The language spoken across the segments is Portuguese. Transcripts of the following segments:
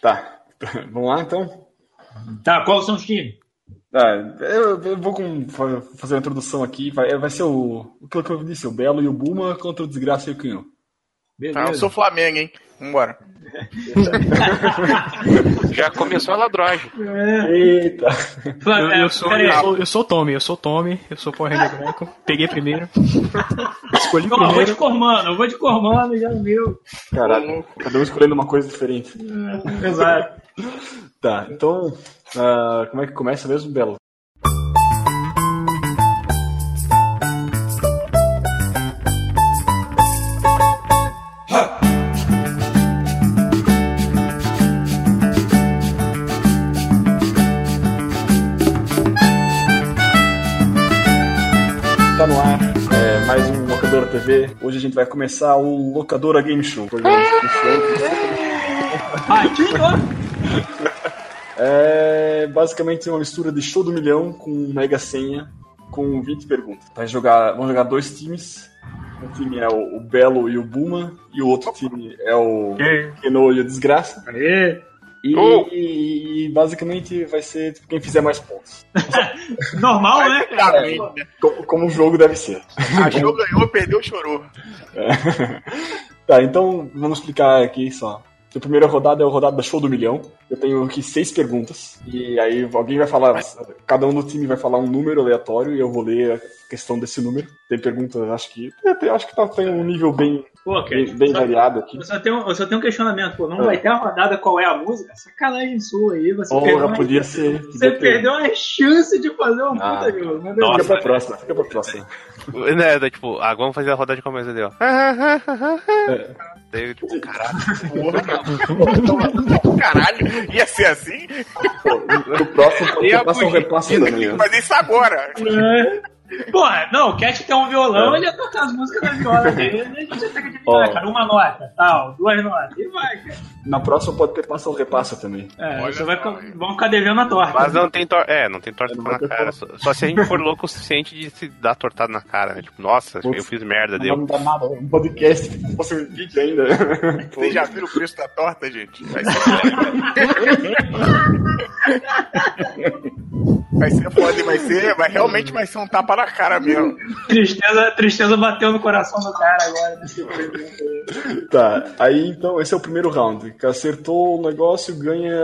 Tá. Vamos lá, então? Tá, quais são os times? Ah, eu, eu vou com- fa- fazer a introdução aqui. Vai, vai ser o, o que eu disse, o Belo e o Buma contra o Desgraça e o Quinho. Ah, eu Beleza. sou Flamengo, hein? Vambora. Já começou a ladroagem. Eita! Fla- Eu, é, eu sou, peraí. eu, sou, eu sou o Tommy, eu sou o Tommy, eu sou o Power Ranger Branco. Peguei primeiro. Escolhi Não, eu vou te primeiro. formando, eu vou te formando já no meu. Caralho, cada um escolhendo uma coisa diferente. Exato. Tá, então, ah, como é que começa mesmo, Belo? Tá no ar, é, mais um Locadora TV. Hoje a gente vai começar o Locadora Game Show. Programa de show que Ah, Ratinho, É basicamente uma mistura de show do milhão com mega senha com 20 perguntas. Vai jogar, vão jogar dois times. Um time é o, o Belo e o Buma, e o outro time é o Keno e o Desgraça. Aê. E, Oh! e basicamente vai ser tipo, quem fizer mais pontos. Normal, né? Claramente, né? Co- Como o jogo deve ser. Achou, ganhou, perdeu, chorou. Tá, então vamos explicar aqui só. A primeira rodada é a rodada da Show do Milhão. Eu tenho aqui seis perguntas. E aí alguém vai falar, cada um do time vai falar um número aleatório e eu vou ler a questão desse número. Tem perguntas, acho que. até Acho que tá, tem um nível bem, Pô, cara, bem, bem só- variado aqui. eu só, tenho, eu só tenho um questionamento, pô. Não Ah. vai ter a rodada qual é a música? Sacanagem sua aí. Você, perdeu, Porra, uma, podia ser. você podia ter- perdeu uma chance de fazer um Ah. puta jogo. Meu Deus. Fica Nossa, pra próxima, fica pra próxima. Né, daí, tipo, ah, vamos fazer a rodada de começo ali, ó. Daí, eu, tipo, caralho. Porra, não. Então, Caralho, ia ser assim? Pô, No próximo, Ia eu faço um fugir. repasse Tem que também. fazer isso agora. É. Porra, não, o Cat tem um violão, ele ia tocar as músicas da viola dele, a gente ia ter que Ó. cara, uma nota, tal, duas notas, e vai, cara. Na próxima pode ter passa ou repassa também. É, Olha você vai, só, co- hein. vamos ficar devendo a torta. Mas não tem torta. É, não tem torta Não na vai ter cara. Só, só se a gente for louco o suficiente de se dar tortado na cara, né? Tipo, nossa, Putz. eu fiz merda, Não deu. dá nada, um podcast, posso um vídeo ainda. Vocês já viram o preço da torta, gente? Vai ser foda. Vai ser foda e vai ser. Vai, realmente vai ser um tapa na cara mesmo. Tristeza, tristeza bateu no coração do cara agora. né? nesse momento. Tá, aí então esse é o primeiro round. Que acertou o negócio ganha,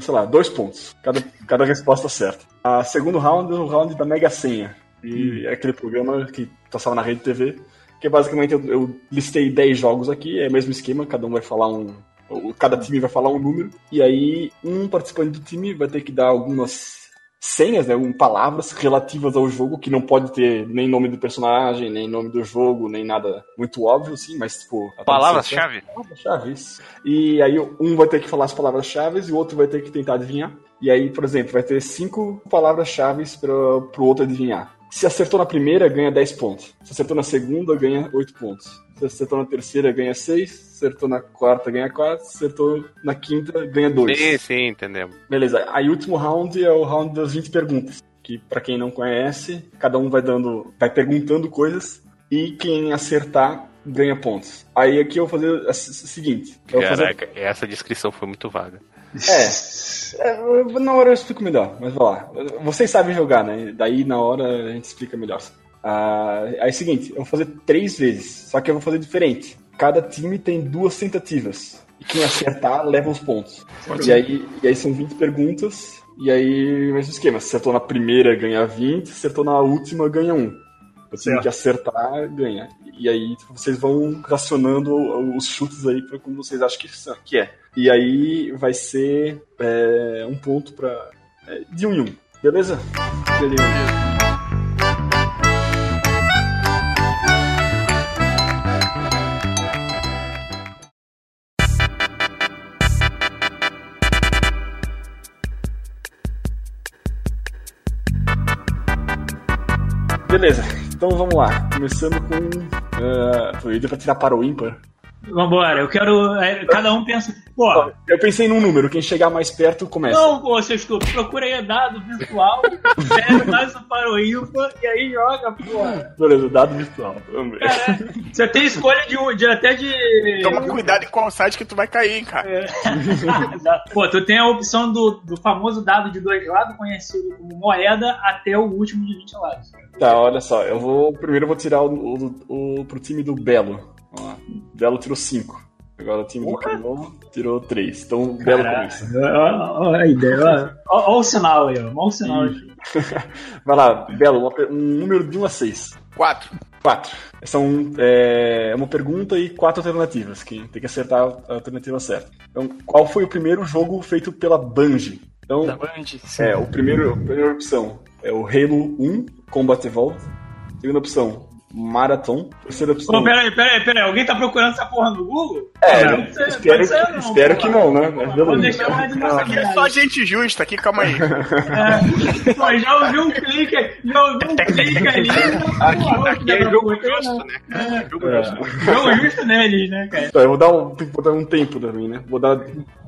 sei lá, dois pontos. Cada, cada resposta certa. A segundo round é o round da Mega Senha. E é aquele programa que passava na rede TV. Que é basicamente eu, eu listei 10 jogos aqui, é o mesmo esquema, cada um vai falar um. ou Cada time vai falar um número. E aí, um participante do time vai ter que dar algumas senhas, né, um, palavras relativas ao jogo, que não pode ter nem nome do personagem, nem nome do jogo, nem nada muito óbvio, assim, mas tipo. a Palavras-chave? Palavras-chave. isso. E aí um vai ter que falar as palavras-chave e o outro vai ter que tentar adivinhar. E aí, por exemplo, vai ter cinco palavras-chave para o outro adivinhar. Se acertou na primeira, ganha 10 pontos. Se acertou na segunda, ganha 8 pontos. Se acertou na terceira, ganha 6. Se acertou na quarta, ganha 4. Se acertou na quinta, ganha 2. Sim, sim, entendemos. Beleza, aí o último round é o round das 20 perguntas, que pra quem não conhece, cada um vai dando, vai perguntando coisas e quem acertar ganha pontos. Aí aqui eu vou fazer o s- s- seguinte, eu vou fazer Caraca, essa descrição foi muito vaga. é, é, eu- na hora eu explico melhor, mas vai lá. Vocês sabem jogar, né? Daí na hora a gente explica melhor. Ah, aí é o seguinte, eu vou fazer três vezes, só que eu vou fazer diferente. Cada time tem duas tentativas. E quem acertar leva os pontos. E aí, e aí são 20 perguntas, e aí mesmo esquema. Se acertou na primeira, ganha 20, se acertou na última, ganha um. O time Certo. que acertar, ganha. E aí tipo, vocês vão racionando o- o- os chutes aí pra como vocês acham que, são, que é. E aí vai ser é, um ponto pra. é, de um em um. Beleza? Beleza. é, Beleza, então vamos lá. Começando com. Uh, foi pra tirar para o ímpar. Vambora, eu quero. é, Cada um pensa. Pô, Eu pensei num número, quem chegar mais perto começa. não, pô, seu estúpido, procura aí dado virtual, pega, faz o paroíba e aí joga, pô. Beleza, dado virtual. Vamos ver. Você tem escolha de, um- de até de. Toma cuidado em qual site que tu vai cair, hein, cara. Pô, tu tem a opção do, do famoso dado de dois lados, conhecido como moeda, até o último de 20 lados. Tá, olha só, eu vou. Primeiro eu vou tirar o, o- o- pro time do Belo. Vamos lá. O Belo tirou 5. Agora o time do Carlão tirou 3. Então o Belo Caraca. começa. Olha a ideia. Olha o sinal aí, ó. Olha o sinal aí. Vai lá, Belo, uma per- um número de 1 a 6. Quatro. 4. São é, uma pergunta e quatro alternativas, que tem que acertar a alternativa certa. Então, qual foi o primeiro jogo feito pela Bungie? Então, Da Band? Sim. É, o primeiro, a primeira opção é o Halo 1 Combat Evolved. Segunda opção, Marathon. Terceira opção. Pô, peraí, peraí, peraí. Alguém tá procurando essa porra no Google? é, Não, né? não sei, espero, não sei que, espero pô. que não, né? Mas Vamos beleza. deixar mais uma Aqui é só gente justa aqui, calma aí. É, pô, já ouvi um clique, já ouvi um clique ali. Porra, Aqui é não, jogo não, justo, né, cara? Jogo É. justo. Jogo justo neles, né, cara? Então, eu vou dar um, tem que botar um tempo também, né? Vou dar.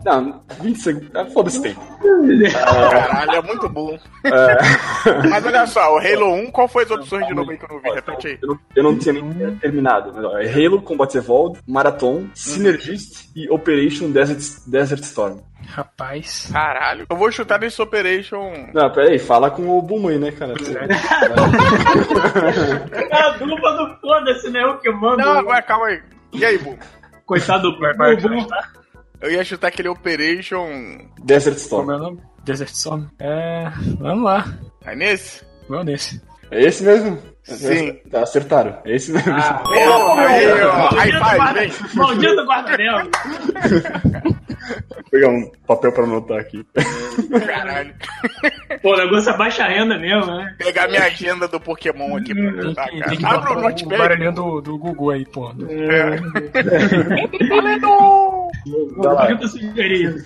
Não, 20 segundos. Ah, foda-se tempo. Caralho, é muito bom. Mas olha só, o Halo 1, qual foi as opções de novo aí que eu não vi? Repete aí. Eu não, eu não tinha nem terminado. Mas, ó, é Halo, Combat Evolved, Marathon, Synergist e Operation Desert, Desert Storm. Rapaz. Caralho. Eu vou chutar nesse Operation. Não, peraí, fala com o Bumui, né, cara? É a dupla do foda-se, né? Eu que mando. Não, agora calma aí. E aí, Bu? Coitado do vai, Bubu. Eu ia chutar aquele Operation. Desert Storm. Como é o nome? Desert Storm. É. Vamos lá. É nesse? Vamos nesse. É esse mesmo? Sim. Ah. Tá, acertaram. É esse mesmo. Aí, ó. High Maldito five, guarda- vem. Maldito guarda-anel. Vou pegar um papel pra anotar aqui. Caralho. Pô, o negócio é baixa renda mesmo, né? Pegar minha agenda do Pokémon aqui pra Hum, Tem anotar, que, um tem que cara. Abre botar o o notepad. barulhinho do, do Gugu aí, pô. Vai lá. Eu tô sugerindo.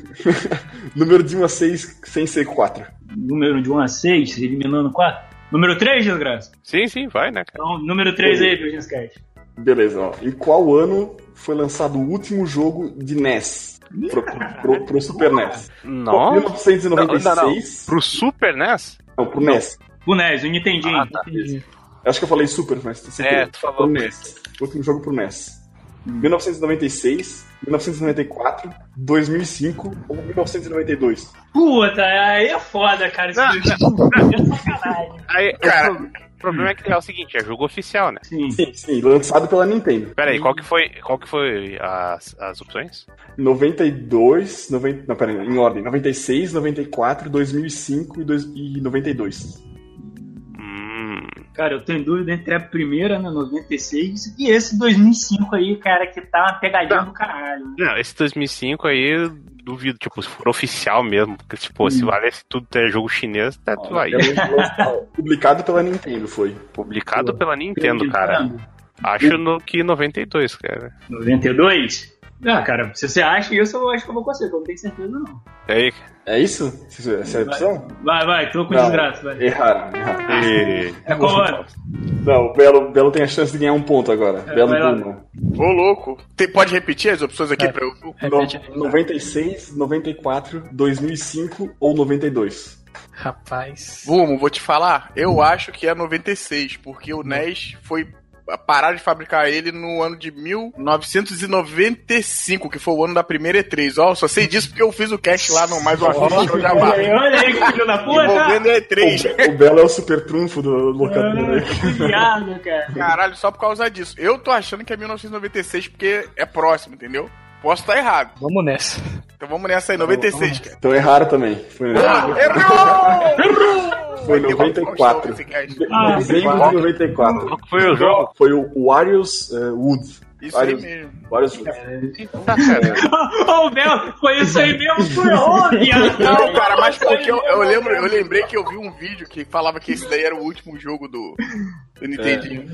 Número de 1 a 6 sem ser 4. Número de 1 a 6, eliminando 4. Número 3, desgraça. Sim, sim, vai, né, cara? Então, número 3 aí, Virgin Cat. Beleza, ó. Em qual ano foi lançado o último jogo de NES? Pro, pro- pro Super NES. Pô, Nossa. 1996? Pro Super NES? Não, pro NES. O NES, o Nintendinho. Ah, tá. Acho que eu falei Super, mas... tô sem É, querer. tu falou. Hum. Pro NES. O último jogo pro NES. 1996, 1994, 2005 ou 1992? Puta, aí é foda, cara. Isso Não, é sacanagem. Aí, o Cara. pro- o problema é que é o seguinte, é jogo oficial, né? Sim. Sim, sim, lançado pela Nintendo. Pera aí, qual que foi, qual que foi as, as opções? 92, 90, não, pera, aí, em ordem, 96, 94, 2005 e, dois, e 92. Hum, Cara, eu tenho dúvida entre a primeira, né, 96, e esse 2005 aí, cara, que tá uma pegadinha do caralho. não, esse 2005 aí, eu duvido, tipo, se for oficial mesmo, porque, tipo, se valesse tudo ter jogo chinês, tá tudo É aí. Publicado pela Nintendo, foi. Publicado pela Nintendo, cara. Acho no que 92, cara. 92? Ah, cara, se você acha isso, eu acho que eu vou conseguir, eu não tenho certeza não. E aí, É isso? Isso- Essa é a opção? Vai, vai, tô com Não. desgraça, vai. Erraram, erraram. Ah, e... É qual ano? Não, o Belo, Belo tem a chance de ganhar um ponto agora. Belo vai lá. Bruno. Ô, louco. Você pode repetir as opções aqui pra eu. Repete aí. No- 96, 94, 2005 ou 92? Rapaz. Vumo, vou te falar. Eu acho que é 96, porque o NES foi. Parar de fabricar ele no ano de 1995, que foi o ano da primeira E3. Ó, só sei disso porque eu fiz o cast lá no Mais Uma Vez no Olha Jabá. aí, olha aí, que filho da puta! Envolvendo a E3. O, o Belo é o super trunfo do locador. Ah, que viado, cara. Caralho, só por causa disso. Eu tô achando que é 1996 porque é próximo, entendeu? Posso estar errado. Vamos nessa. Então vamos nessa aí, 96, cara. Então erraram também. Foi, Ah, errou! Foi Vai ter 94. esse cast. Ah, dezembro de 94. Qual que foi o jogo? Foi o Warriors eh, Wood. Isso aí Vários- mesmo. Vários Ô, Bel, foi isso aí mesmo, foi onde, viado? Não, cara, mas Isso aí porque eu, mesmo, eu lembro, eu cara. lembrei que eu vi um vídeo que falava que esse daí era o último jogo do, do É, Nintendinho.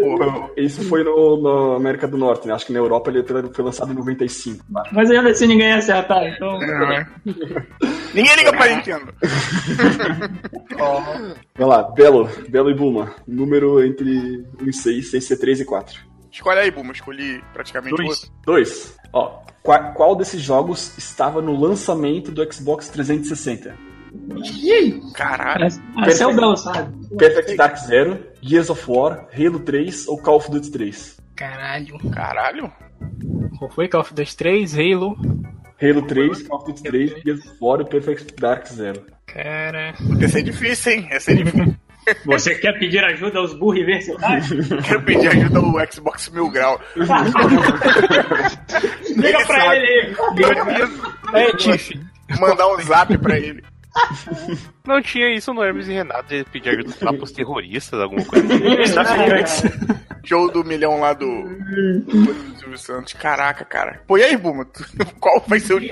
Pô, Isso foi no, na América do Norte, né? Acho que na Europa ele foi lançado em 95. Mas ainda assim ninguém ia acertar, então. é Ninguém liga pra Nintendo. um Vai lá, Belo, Belo e Buma. Número entre 1 e 6, sem ser 3 e 4. Escolhe aí, Buma. Escolhi praticamente Dois. outro. Dois. Ó, qua- qual desses jogos estava no lançamento do Xbox 360? Caralho. Parece- Parece o Belo, sabe? Perfect Dark Zero, Gears of War, Halo 3 ou Call of Duty 3? Caralho. Caralho. Qual foi? Call of Duty 3, Halo. Halo 3, Call of Duty 3, Gears of War e Perfect Dark Zero. Cara. Esse é difícil, hein? Esse é difícil. Você quer pedir ajuda aos burros universitários? Quero pedir ajuda ao Xbox Mil Grau. Liga pra ele aí. É, Tiff. Mandar um zap pra ele. Não tinha isso no Hermes e Renato, ele pedia ajuda sei lá, pros terroristas, alguma coisa. assim. é Tá Show do milhão lá do. do Silvio Santos. Caraca, cara. Pô, e aí, Buma? Tu- Qual vai ser o chute?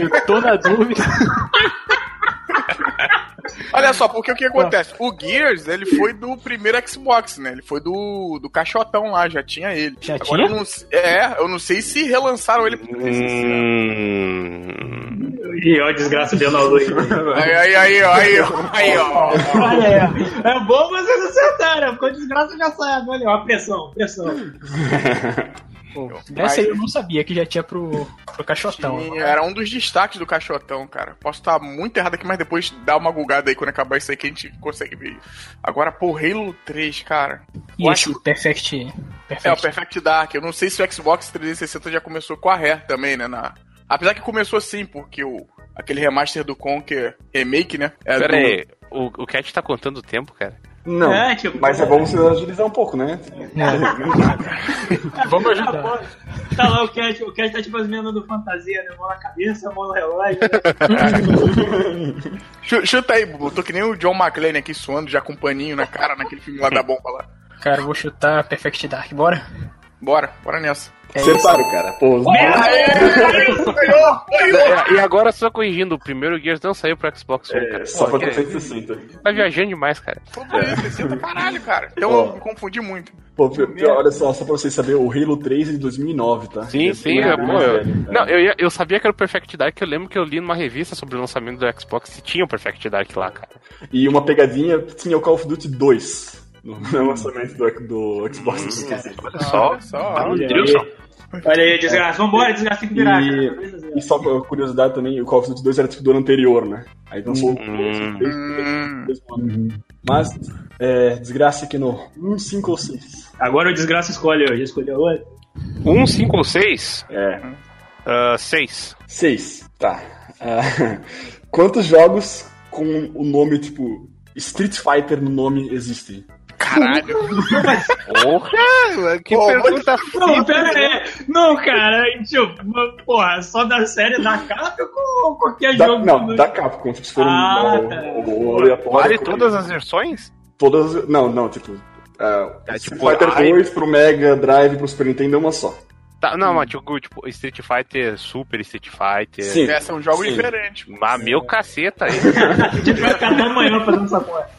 Eu tô na dúvida. Olha só, porque o que acontece? O Gears, ele foi do primeiro Xbox, né? Ele foi do, do caixotão lá, já tinha ele. Já Agora tinha? eu não sei- é, eu não sei se relançaram ele pro 360. Hum... Ih, ó, desgraça deu na luz. Aí, aí, aí, ó, aí, ó, aí, ó. Olha aí, ó. É bom vocês acertarem. Ficou desgraça já sabe. Olha, ó, pressão, pressão. Pô, dessa aí eu não sabia que já tinha pro, pro caixotão. Tinha, era um dos destaques do caixotão, cara. Posso estar muito errado aqui, mas depois dá uma gulgada aí quando acabar isso aí que a gente consegue ver. Agora, pô, Halo 3, cara. E Eu esse Perfect. É, o Perfect. Perfect Dark. Eu não sei se o Xbox 360 já começou com a Rare também, né? na- Apesar que começou sim, porque o... aquele remaster do Conker Remake, né? É Pera do- aí, o, o Cat tá contando o tempo, cara? Não. É, tipo, Mas é bom você agilizar um pouco, né? Vamos ajudar. Tá lá o Cat, o Cat tá tipo as meninas do fantasia, né? Mão na cabeça, mão no relógio. Chu- Chuta aí, Bubu. Eu tô que nem o John McClane aqui suando já com um paninho na cara naquele filme lá da bomba lá. Cara, eu vou chutar Perfect Dark. Bora? Bora, bora nessa. É Separa, cara. Pô, os malucos- Ganhou, ganhou. É, e agora, só corrigindo, o primeiro Gears não saiu pro Xbox One, cara. é, só Pô, pra ter que- 160. Tá viajando demais, cara. Tudo isso, 60, um caralho, cara. Então eu me confundi muito. Pô, pior- pior, olha só, só pra vocês saberem, o Halo 3 é de 2009, tá? Sim, É sim, bem é, mais pô, eu- velho, né? Não, eu, ia- eu sabia que era o Perfect Dark, eu lembro que eu li numa revista sobre o lançamento do Xbox e tinha o Perfect Dark lá, cara. E uma pegadinha tinha o Call of Duty 2 no no lançamento do, do Xbox Hum. 360. Olha só, Só. Olha aí. Wilson. Olha aí, desgraça. Vambora, desgraça, tem que virar. cara. Tá E, e só por curiosidade também, o Call of Duty 2 era tipo do ano anterior, né? Aí lançou o Hum. 3 Hum, mesmo um ano. Mas, é, desgraça aqui no 1, 5 ou 6. Agora o desgraça escolhe hoje. Escolheu hoje? Um, cinco ou seis? É, Ah, seis. 6. Tá. Ah, quantos jogos com o nome, tipo, Street Fighter no nome existem? caralho. Porra! Que Pô, pergunta Não, feia. pera aí. Não, cara. Tipo, porra, só da série da Capcom ou qualquer Da, jogo? não, da Capcom, tipo, se for um- Ah, um- tá. um- um aleatório, qualquer- Vale todas as versões? Todas. Não, não, tipo. ah, É, Street tipo, Fighter ai. 2 pro Mega Drive pro Super Nintendo é uma só. Tá, não, mas tipo, tipo, Street Fighter, Super Street Fighter. Sim. É, são jogos Sim. diferentes. pô. Ah, meu caceta aí. A gente vai ficar até amanhã fazendo essa porra.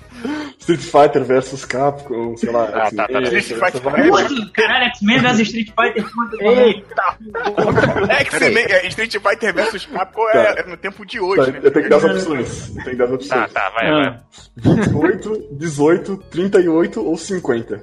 Street Fighter versus Capcom, sei lá. Ah, tá, tá. é, Street você Fighter. vai- Quanto, caralho, X-Men das Street Fighter. Quanto, É que você nem. é, Street Fighter vs Capcom é, é no tempo de hoje, né? Tá, eu tenho que dar as opções. Eu tenho que dar as Tá, opções. tá, vai, Ah. vai. 28, 18, 38 ou 50. um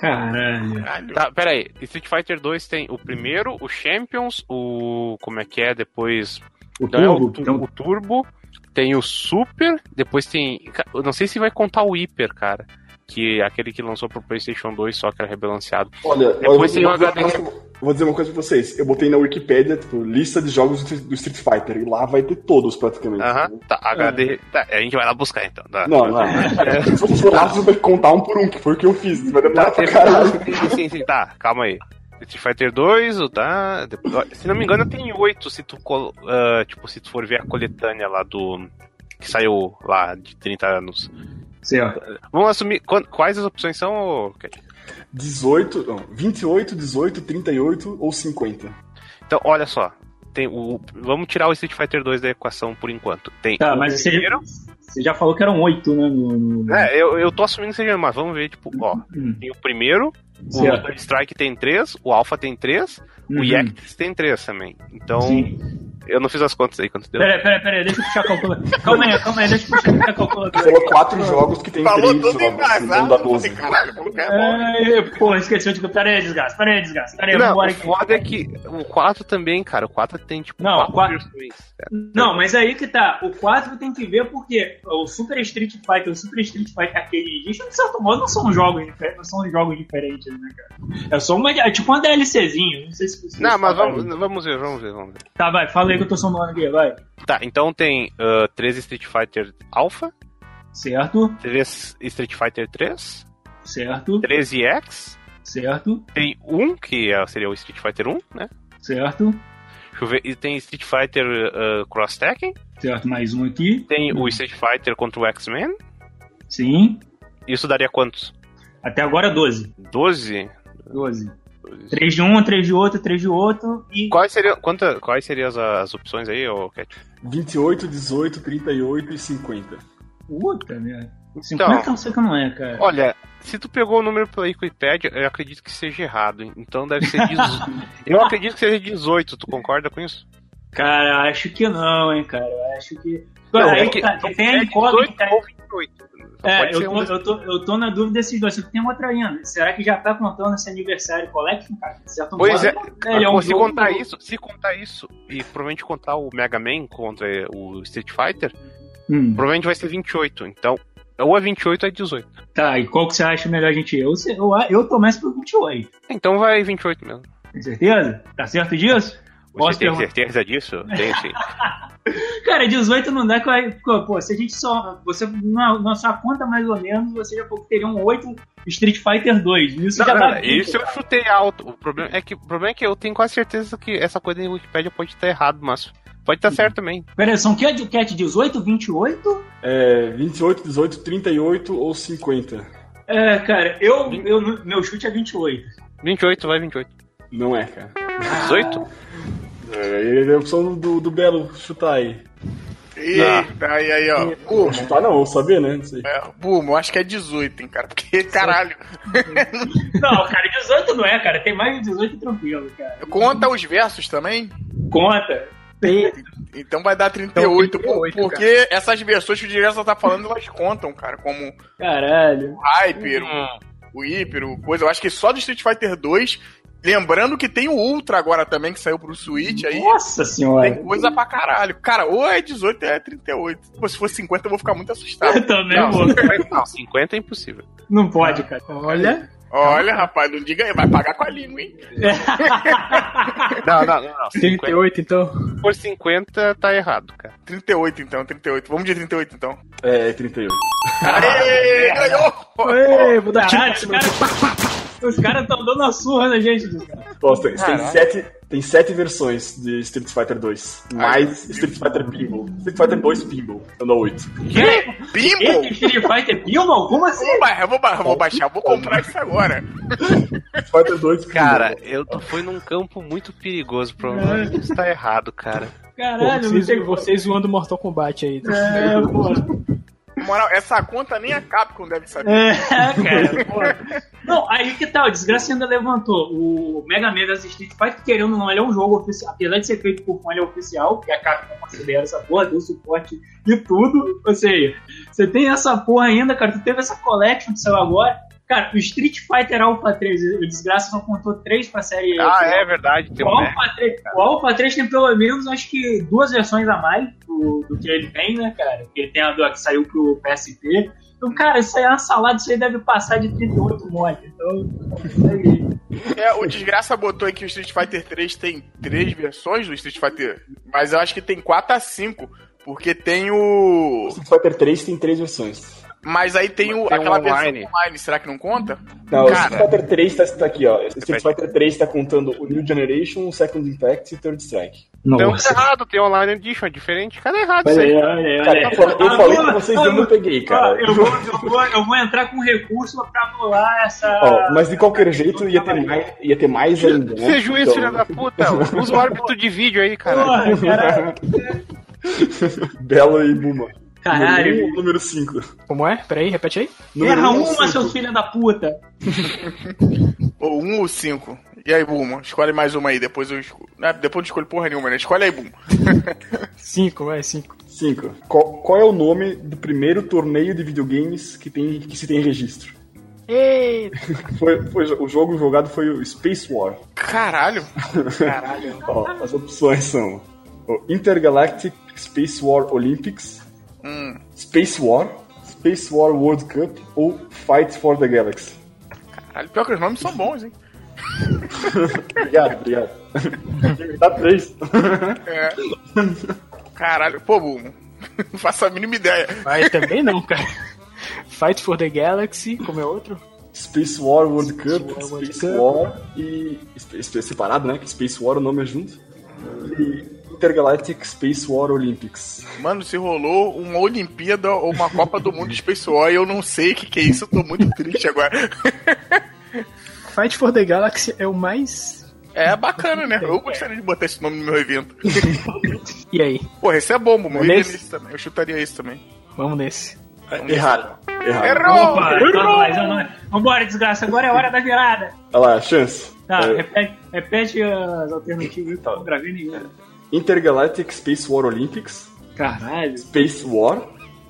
Caralho. Caralho. Tá, pera aí. Street Fighter 2 tem o primeiro, o Champions, o. Como é que é? Depois. O Não, é o, Turbo, um tu- o Turbo. Tem o Super. Depois tem. ca- Eu não sei se vai contar o Hyper, cara. Que é aquele que lançou pro PlayStation 2, só que era rebalanceado. Olha, Depois eu vou- tem eu o vou- HD. eu Vou dizer uma coisa pra vocês. Eu botei na Wikipedia, tipo, lista de jogos do do Street Fighter. E lá vai ter todos, praticamente. Aham, tá. HD. Tá, a gente vai lá buscar então. Tá. Não, não. Se você for lá, você vai contar um por um, que foi o que eu fiz. Vai demorar Tá, pra teve- caralho. sim, sim, sim, tá, calma aí. Street Fighter 2, o tá. depois- Se não me engano, tem oito se tu col- ah, tipo, se tu for ver a coletânea lá do. Que saiu lá de 30 anos. Vamos assumir. quan- Quais as opções são, ô, Cat? 18, não, 28, 18, 38 ou 50. Então, olha só. Tem o... Vamos tirar o Street Fighter 2 da equação por enquanto. Tem. Tá, mas você, Primeiro? você já falou que eram oito, né? No, no... É, eu, eu tô assumindo que seja, mas vamos ver, tipo, ó. Hum. Tem o primeiro, o Certo. Strike tem três, o Alpha tem três, Uhum. o Yactis tem três também. Então, Sim. Eu não fiz as contas aí quanto deu. Peraí, peraí, peraí, deixa eu puxar a calculadora. Calma aí, calma aí, deixa eu puxar a calculadora. Falou quatro jogos que tem Falou três tudo jogos, então embrasado. dá eu falei, 12. Caralho, o maluco é bom. Ai, porra, esqueceu de. Pera aí, desgaste, pera aí, desgaste. Pera aí, Não, vambora o aqui. foda é que o 4 também, cara. O 4 tem, tipo, Não, o quatro quatro- versões. Não, mas aí que tá. O 4 tem que ver porque o Super Street Fighter, o Super Street Fighter Arcade Edition, de certo modo, não são jogos, difer- não são jogos diferentes, né, cara? É só uma. É tipo uma DLCzinha. Não sei se vocês Não, mas sabem. vamos, vamos ver, vamos ver, vamos ver. Tá, vai, fala aí que eu tô somando aqui, vai. Tá, então tem ah, 13 Street Fighter Alpha, Certo, 3 Street Fighter 3, certo, 13X, certo, tem 1, que é- seria o Street Fighter 1, né? certo, Deixa eu ver, e tem Street Fighter ah, Cross Tekken, certo, mais um aqui. tem o Street Fighter contra o X-Men. Sim. Isso daria quantos? Até agora 12. 12? 12. 3 de um, 3 de outro, 3 de outro e. Quais seriam, quanta, quais seriam as, as opções aí, ô Cat? 28, 18, 38 e 50. Puta merda. Então. 50 eu sei que não é, cara. Olha, se tu pegou o número pela Wikipedia, eu acredito que seja errado. hein? Então deve ser 18. eu acredito que seja 18, tu concorda com isso? Cara, acho que não, hein, cara. Acho que. Não, Aí é que- tá, tem a É incógnita. 18 ou 28. Só É, pode eu ser tô, um desses- eu, tô, eu tô na dúvida desses dois. Só que tem outra ainda. Será que já tá contando esse aniversário collection, cara? De certo Pois é, ele é um Pô, se jogo- contar isso, se contar isso, e provavelmente contar o Mega Man contra o Street Fighter, Hum, provavelmente vai ser 28. Então, ou é 28 ou é 18. tá, e qual que você acha melhor a gente ir? Eu, eu, eu começo pro 28. Então vai 28 mesmo. Tem certeza? Tá certo disso? Você Posso um- tem perguntar? certeza disso? Tem sim. Cara, 18 não dá. que vai- Pô, pô, se a gente só. Você, na, na sua conta, mais ou menos, você já teria um 8 Street Fighter 2. Isso Não, já não, dá. isso eu chutei alto. O problema é que o problema é que eu tenho quase certeza que essa coisa em Wikipedia pode estar errado, mas pode estar certo também. Peraí, são que é cat 18, 28? É, 28, 18, 38 ou 50. É, cara, eu, eu meu chute é 28. 28, vai 28. Não é, cara. 18? É, é a opção do, do Belo chutar aí. É. Eita, aí, aí, ó. Não Burmo, chutar não, vou saber, né? Não sei. é, Burmo, acho que é 18, hein, cara. Porque, caralho, Não, cara, 18 não é, cara. Tem mais de 18 tranquilo, cara. conta os versos também. Conta. Então vai dar 38, Então, 38, porque essas versões que o Direto tá falando, elas contam, cara. Como Caralho. o Hyper, o Hyper, o coisa. Eu acho que só do Street Fighter 2. Lembrando que tem o Ultra agora também, que saiu pro Switch aí. Nossa senhora. Tem coisa pra caralho. Cara, ou é 18 ou é 38. Pô, se for 50, eu vou ficar muito assustado. Eu também Não, vou. 50, não, 50 é impossível. Não pode, cara. Olha, Olha, rapaz, não diga aí, vai pagar com a língua, hein? Não, não, não, não. 50. 38 então. Se for 50, tá errado, cara. 38 então, 38. Vamos de 38 então. É, 38. Aê, ganhou! Ei, vou dar Caralho, tiro. os caras estão tá dando a surra na gente. Cara. Nossa, tem, tem, Caralho. sete, tem sete versões de Street Fighter 2. Mais Street Fighter Pinball. Street Fighter 2 Pinball. Então dá 8. Que? Bimbo! Esse Street Fighter Bilmo? Como assim? Vou ba- eu vou, ba- eu vou baixar, eu vou comprar isso agora. Street Fighter 2 Pinball. Cara, eu tô foi num campo muito perigoso, provavelmente isso tá errado, cara. Pô, Caralho, não vocês, tem vocês zoando Mortal Kombat aí. tá? É, pô. Na moral, essa conta nem a Capcom deve saber. É, cara, pô. Não, aí que tal? Tá, o desgraça ainda levantou o Mega Man vs Street Fighter, querendo ou não, ele é um jogo oficial, apesar de ser feito por fã, ele é oficial, que a Capcom considera essa porra, deu suporte e tudo. Ou seja, você tem essa porra ainda, cara, tu teve essa collection que saiu agora. Cara, o Street Fighter Alpha 3, o desgraça não contou 3 pra série. Ah, é verdade, tem O um Alpha, 3, o Alpha 3 tem pelo menos acho que duas versões a mais do, do que ele tem, né, cara? Porque tem a do- que saiu pro PSP. Então, cara, isso aí é uma salada, isso aí deve passar de 38 mod. Então, isso aí. É, o Desgraça botou aqui que o Street Fighter 3 tem Hum. três versões do Street Fighter, mas eu acho que tem 4 a 5, porque tem o. Street Fighter 3 tem três versões. Mas aí tem, o, Tem um aquela online. versão online, será que não conta? Não, o Cara. Street Fighter 3 tá, tá aqui, ó. Street Fighter 3 tá contando o New Generation, o Second Impact e o Third Strike. Então assim, tá errado, tem online edition, é diferente. Cara, é errado isso aí. olha, Cara, eu falei, eu Ah, falei vou- pra vocês, ah, eu não peguei, cara. Ah, eu, vou, eu, vou, eu vou entrar com recurso pra anular essa. Ó, mas de qualquer jeito ia ter mais, ia ter mais ainda, né? Você é juiz, Então, filha da puta, usa o árbitro de vídeo aí, cara. Porra, cara. Belo e Buma. Caralho. Número um, Número um, 5. Como é? Peraí, repete aí. Erra uma, seu filho da puta. um Ou 1 ou 5? E aí, Buma? Escolhe mais uma aí, depois eu escolho. Ah, depois eu não escolho porra nenhuma, né? Escolhe aí, Buma. 5, vai, 5. 5. Qual, qual é o nome do primeiro torneio de videogames que, tem, que se tem registro? Foi, foi- o jogo jogado foi o Space War. Caralho. Caralho. Ó, as opções são o Intergalactic Space War Olympics, Hum. Space War, Space War World Cup ou Fight for the Galaxy. Caralho, pior que os nomes são bons, hein? Obrigado, obrigado. Tem que dar três. É. Caralho. Pô, Buma. Não faço a mínima ideia. Vai também não, cara. Fight for the Galaxy, como é outro? Space War World Cup, War World Space Cup. War e. Sp- Sp- Separado, né? Que Space War o nome é junto. E Intergalactic Space War Olympics. Mano, se rolou uma Olimpíada ou uma Copa do Mundo de Space War e eu não sei o que, que é isso, eu tô muito triste agora. Fight for the Galaxy é o mais. É bacana, né? Eu gostaria de botar esse nome no meu evento. E aí? Porra, esse é bom, Bumo. Eu, iria Nesse? nisso também. eu chutaria isso também. Vamos nesse. Errado. Errado. Errou! Opa, então nós, é nóis. Vambora, desgraça, agora é a hora da virada. Olha lá, chance. Tá, É, Então. repete, repete as alternativas que eu não gravei nenhuma. Intergalactic Space War Olympics, Caralho, Space War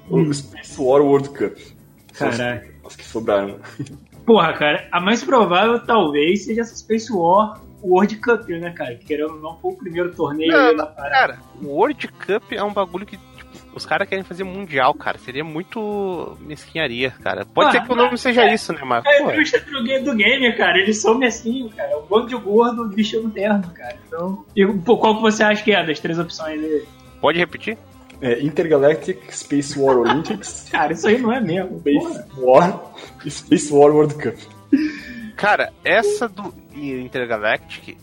ou Space War World Cup. São as- caralho. As que sobraram. Porra, cara, a mais provável talvez seja essa Space War World Cup, né, cara? Que Querendo ou não, foi o primeiro torneio Não, aí não, na parada. cara, o World Cup é um bagulho que tipo, os caras querem fazer mundial, cara. Seria muito mesquinharia, cara. Pode Ah, ser que o nome mas- seja isso, né, Ah, mas É pô, a indústria do game, do game, cara. Eles são mesquinhos, cara. É um bando de gordo vestindo terno, cara. Então. E pô, qual que você acha que é das três opções aí? pode repetir? É, Intergalactic Space War Olympics, Cara, isso aí não é mesmo. porra. Space War e Space War World Cup. Cara, essa do Intergalactic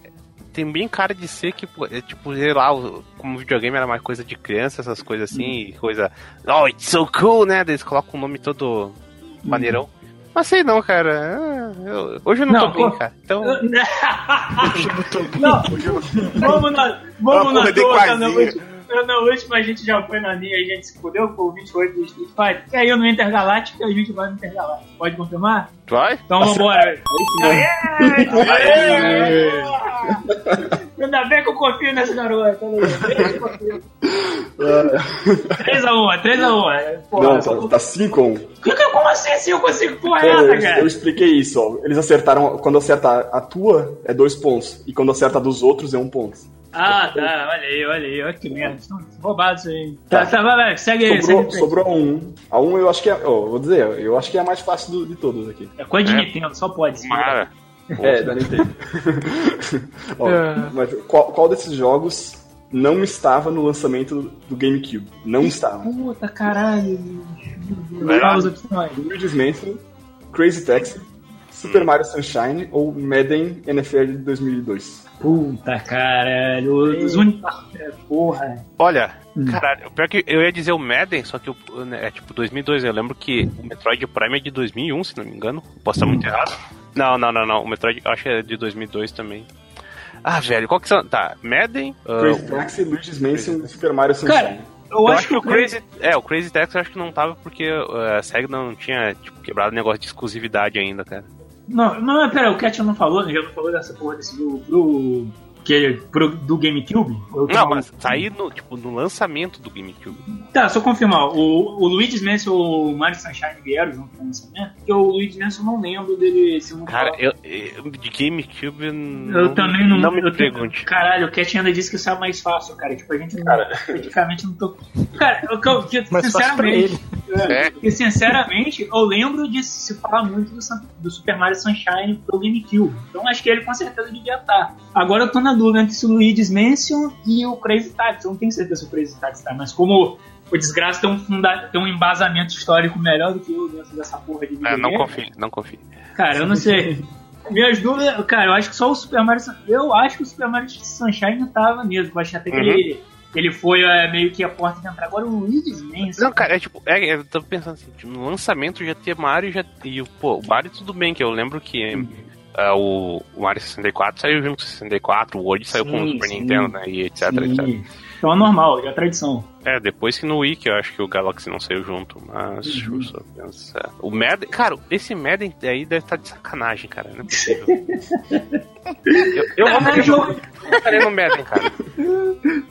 tem bem cara de ser que, pô, é, tipo, sei lá, o- como videogame era mais coisa de criança, essas coisas assim, e coisa. Oh, it's so cool, né? Daí Eles colocam o nome todo maneirão. Mas sei não, cara. Ah, eu- hoje eu não, Não, tô bem, pô, cara. Então. não, vamos na, vamos Uma na porra de toa, na quasinha. última, na última a gente já foi na minha, a gente se fudeu com o 28 do Street Fighter. E aí eu no Intergaláctico a gente vai no Intergaláctico. Pode confirmar? Vai? Então vambora. Aê! Ainda bem que eu confio nessa garota. Ah, 3x1, 3x1. é. Porra, não, só- tá- tá 5 a 1. Como assim 5 x 5 porra é É, essa, eu, cara? eu expliquei isso, ó. Eles acertaram. Quando acerta a tua, é dois pontos. E quando acerta a dos outros, é um ponto. Ah, tá, olha aí, olha aí, olha que merda. Estão roubados aí. Tá, tá, vai, vai, segue aí, segue Sobrou, aí. sobrou a um. A um eu acho que é. ó, vou dizer, eu acho que é a mais fácil do- de todas aqui. É coisa de É. Nintendo, só pode. sim. Mara. É, da Nintendo. Ó, É. mas qual, qual desses jogos não estava no lançamento do GameCube? Não estava. Puta caralho. Vai lá. Olha as opções. Luigi's Mansion, Crazy Taxi, Super Mario Sunshine ou Madden NFL de 2002? Puta caralho. Os únicos. É, Porra. Olha, Hum. caralho, o pior que eu ia dizer o Madden, só que o- né, é tipo 2002, eu lembro que o Metroid Prime é de 2001, se não me engano. Posso estar Hum. muito errado. Não, não, não, não, o Metroid eu acho que é de 2002 também. Ah, velho, qual que são? Tá, Madden, ah, Crazy Taxi, Luigi's Mansion e Super Mario Sunshine. Cara, eu, eu acho que o Crazy, é, o Crazy Taxi eu acho que não tava porque ah, a SEGA não tinha tipo, quebrado o negócio de exclusividade ainda, cara. Não, não, mas pera, o Cat não falou, né? Já não falou dessa porra desse do. do que é pro, do GameCube? Eu tô Não, maluco. mas sair no, tipo, no lançamento do GameCube. Tá, só confirmar. O, o Luigi's Mansion e o Mario Sunshine vieram junto com o lançamento? Porque o Luigi's Mansion eu não lembro dele se não Cara, falar. eu, eu- de GameCube Eu também não, não me eu tenho- pergunte. Caralho, o Cat ainda disse que isso é mais fácil, cara. Tipo, a gente não, praticamente não tô. Cara, eu, eu, eu- Mais fácil pra sinceramente. ele. É. Porque, sinceramente, eu lembro de se falar muito do, Sun- do Super Mario Sunshine pro GameCube. Então acho que ele com certeza devia estar. Agora eu tô na dúvida entre se o Luigi's Mansion e o Crazy Taxi. Eu não tenho certeza se o Crazy Taxi tá, mas como o Desgraça tem um, funda- tem um embasamento histórico melhor do que eu dentro dessa porra de É, não videogame, confio, não confio. Cara, eu não sei. Minhas dúvidas, cara, eu acho que só o Super Mario. Sun- Eu acho que o Super Mario Sunshine não tava mesmo. Eu acho que até que Uhum. ele, ele foi é, meio que a porta de entrar. Agora o Luigi's Mansion. Não, cara, é tipo, é, eu tô pensando assim, tipo, no lançamento já ter Mario já, e o pô, o Mario tudo bem, que eu lembro que ah, o, o Mario 64 saiu junto com o 64, o World saiu com o Sim, Super sim. Nintendo, né? E etc, Sim. etc. Então é normal, já é tradição. É, depois que no Wiki eu acho que o Galaxy não saiu junto, mas Uhum. deixa eu só pensar. O Madden, cara, esse Madden aí deve estar de sacanagem, cara, não é possível. eu, eu Cara, vou é fazer jogo, no Madden, cara.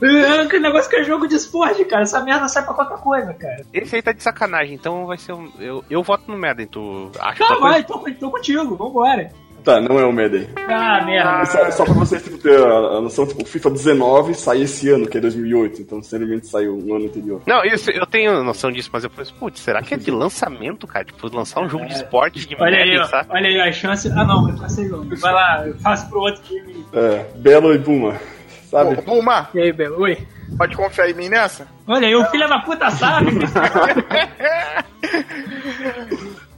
é um negócio que é jogo de esporte, cara. Essa merda sai pra qualquer coisa, cara. Esse aí tá de sacanagem, então vai ser um, eu, eu voto no Madden, tu acha Tá, outra coisa? vai, tô, tô contigo, vambora. Tá, não é o Medei. Ah, merda. Só, só pra vocês tipo, terem a a noção, tipo, o FIFA 19 sai esse ano, que é 2008, então certamente saiu no ano anterior. Não, isso, eu tenho noção disso, mas eu pensei, putz, será que é de lançamento, cara? Tipo, lançar um jogo de esporte de É. Olha aí, Madden, ó. sabe? olha aí a chance. Ah, não, eu passei longe. Vai lá, faço pro outro time. É, Belo e Buma, sabe? Ô, Buma, E aí, Belo? Oi. pode confiar em mim nessa? Olha aí, o filho da puta sabe.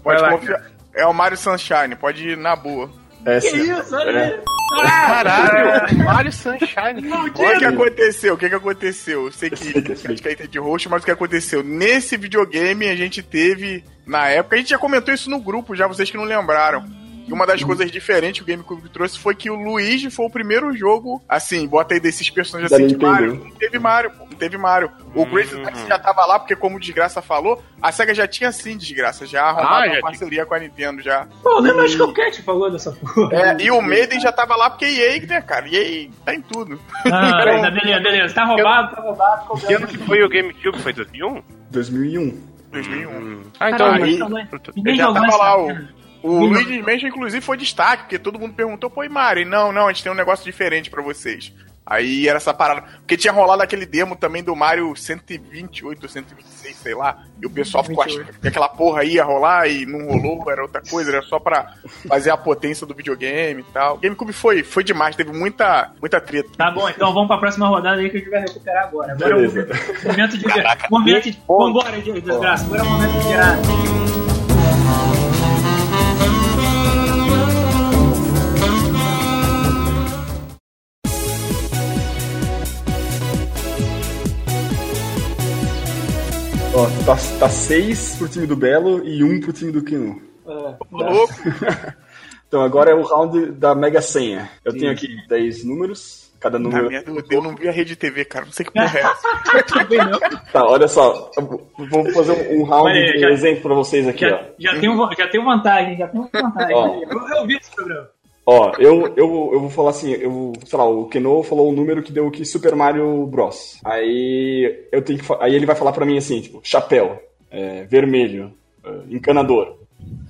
Pode lá, confiar. É o Mario Sunshine, pode ir na boa. É, que sim. isso, olha aí. Caralho, Mario Sunshine. O que, que aconteceu? O que, que aconteceu? Eu sei que que eu sei. a gente caiu de roxo, mas o que aconteceu? Nesse videogame a gente teve, na época, a gente já comentou isso no grupo, já vocês que não lembraram. E uma Uhum. das coisas diferentes que o GameCube trouxe foi que o Luigi foi o primeiro jogo, assim, bota aí desses personagens Da assim de Nintendo. Mario. Não teve Mario, pô, não teve Mario. O Uhum. Crazy Taxi já tava lá, porque como o Desgraça falou, a SEGA já tinha sim Desgraça, já arrumava Ah, já uma tinha. parceria com a Nintendo já. Pô, lembra acho que o Cat falou dessa porra. É, e o Maiden já tava lá, porque EA, né, cara? EA tá em tudo. Ah, tá, beleza, beleza. Tá roubado, tá roubado. Que ano que foi o GameCube? Foi 2001? 2001. 2001. Ah, então... Caralho, aí- então, né? Ele Ninguém já jogou tava essa lá, o, merda. o Hum. Luigi's Mansion, inclusive, foi destaque, porque todo mundo perguntou, pô, e Mario? Não, não, a gente tem um negócio diferente pra vocês. Aí era essa parada. Porque tinha rolado aquele demo também do Mario 128 ou 126, sei lá. E o pessoal ficou achando que aquela porra ia rolar e não rolou, era outra coisa, era só pra fazer a potência do videogame e tal. GameCube foi, foi demais, teve muita, muita treta. Tá bom, então vamos pra próxima rodada aí que a gente vai recuperar agora. Agora é o Beleza. momento- momento de. Momento de. Vambora, de- desgraça. Agora é o momento de tirar. Ó, tá, tá seis pro time do Belo e um pro time do Kino. Ô, louco. Então agora é o round da Mega Senha. Eu tenho aqui 10 números, cada Na número. minha, eu não vi a rede TV, cara. Não sei que porra é essa. Tá, olha só, eu vou- vou fazer um um round Olha aí, de já- exemplo pra vocês aqui, ó. Já, já, tem, um- já tem vantagem, já tem vantagem. Ó. Eu, eu vi esse programa. Ó, eu, eu, eu vou falar assim, eu, sei lá, o Keno falou o número que deu aqui Super Mario Bros. Aí eu tenho que fa- aí ele vai falar pra mim assim, tipo, chapéu, é, vermelho, é, encanador.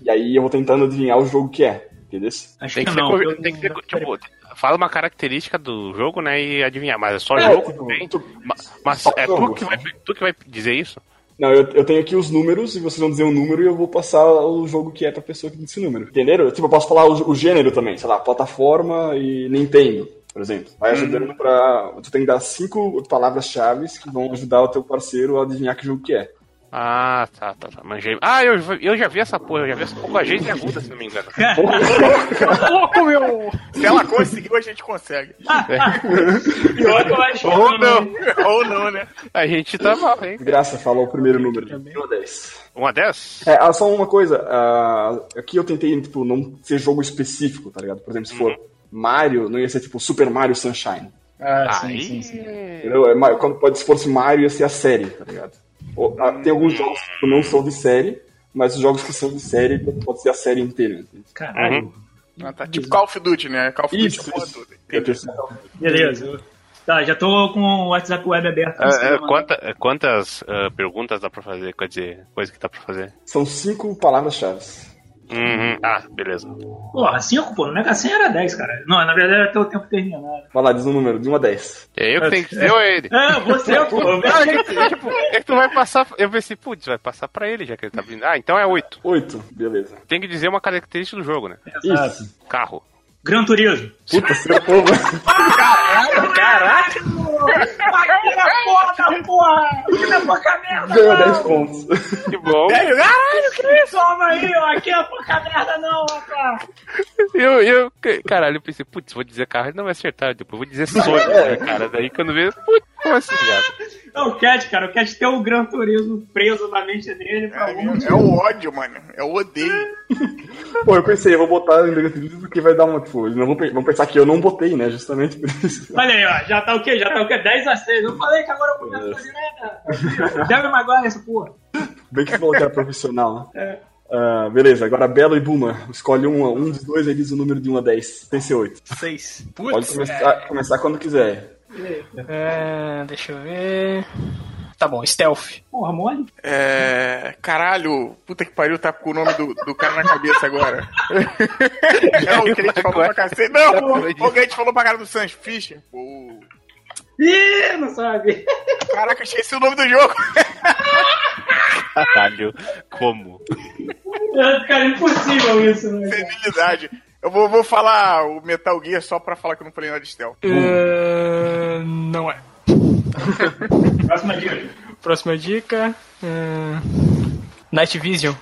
E aí eu vou tentando adivinhar o jogo que é, entendeu? Acho Tem que, que, ser, não. co- eu- tem que ser, co- tipo, fala uma característica do jogo, né, e adivinhar, mas é só É, jogo tipo, também. tu- Ma- Mas só é jogo, tu que, vai, tu que vai dizer isso? Não, eu, eu tenho aqui os números e vocês vão dizer o número e eu vou passar o jogo que é pra pessoa que disse o número. Entenderam? Tipo, eu posso falar o, o gênero também, sei lá, plataforma e Nintendo, por exemplo. Vai ajudando pra. Tu tem que dar cinco palavras-chave que vão ajudar o teu parceiro a adivinhar que jogo que é. Ah, tá, tá, tá. Manjei. Ah, eu, eu já vi essa porra, eu já vi essa porra com a gente aguda, se não me engano. Louco, meu! Se ela conseguiu, a gente consegue. Pior que eu acho que Ou eu não, ou não, né? A gente tá mal, hein? Graça, fala o primeiro número. 1 a 10. 1 a 10? É, ah, só uma coisa. ah, aqui eu tentei, tipo, não ser jogo específico, tá ligado? Por exemplo, se for Mario, não ia ser, tipo, Super Mario Sunshine. Ah, Aí. sim, sim, sim. Entendeu? É, Mario- quando pode, se fosse Mario, ia ser a série, tá ligado? Ou, ah, tem alguns jogos que tipo, não são de série, mas os jogos que são de série, então pode ser a série inteira. entende? Caralho. Ah, tá. Tipo Call of Duty, né? Call of Duty Isso, é porra isso. toda. É o terceiro. Beleza. Tá, já tô com o WhatsApp web aberto. né? Ah, é, Não, quanta- é, quantas ah, perguntas dá pra fazer? Quer dizer, coisa que dá pra fazer? São cinco palavras-chave. Uhum. Ah, beleza. Porra, 5, pô. No Mega 100 era 10, cara. Não, na verdade era até o tempo terminado. Vai lá, diz um número, de 1 a 10. É eu que tenho que dizer ou ele? É, você, pô. Ah, é que, tipo, é que tu vai passar. Eu pensei, putz, vai passar pra ele, já que ele tá vindo. Ah, então é 8. Oito, beleza. Tem que dizer uma característica do jogo, né? Exato. Isso. Carro. Gran Turismo. Puta, seu povo. Caralho! Aqui é porra da porra! Aqui é porca merda! Ganhou 10 pontos. Que bom. Caralho, que isso? Toma aí, ó. Aqui é porca merda não, rapaz! Eu, eu, tipo, caralho, eu pensei, putz, vou dizer carro, ele não vai acertar. Depois eu vou dizer sonho, né, cara? Daí quando vê, putz, Como assim, viado? É o Cat, cara. O Cat tem o Gran Turismo preso na mente dele. pra onde? É, é o ódio, mano. É o odeio. Pô, eu pensei, eu vou botar em negativismo porque vai dar uma. Tipo, eles não vão, pe- vão pensar que eu não botei, né? Justamente por isso. Olha aí, ó. Já tá o quê? Já tá o quê? 10 a 6. Eu falei que agora eu começo a fazer merda. Deve magoar essa porra. Bem que você falou que era profissional. né? É. Ah, beleza, agora Belo e Buma. Escolhe um, um dos dois e diz o número de 1 a 10. Tem que ser 8. Seis. Pode Putz. começar, é. começar quando quiser. É, deixa eu ver. Tá bom, stealth. Porra, mole. É. Caralho, puta que pariu, tá com o nome do, do cara na cabeça agora. Não, o que a gente falou pra cacete. Não, o que a gente falou pra cara do Sancho Fischer. Pô. Ih, não sabe. Caraca, esqueci o nome do jogo. Caralho, como? É, Cara, impossível isso, né? cara? Senilidade. Eu vou, vou falar o Metal Gear só pra falar que eu não falei nada de Stealth. É, não é. Próxima dica. Próxima dica. é, Night Vision.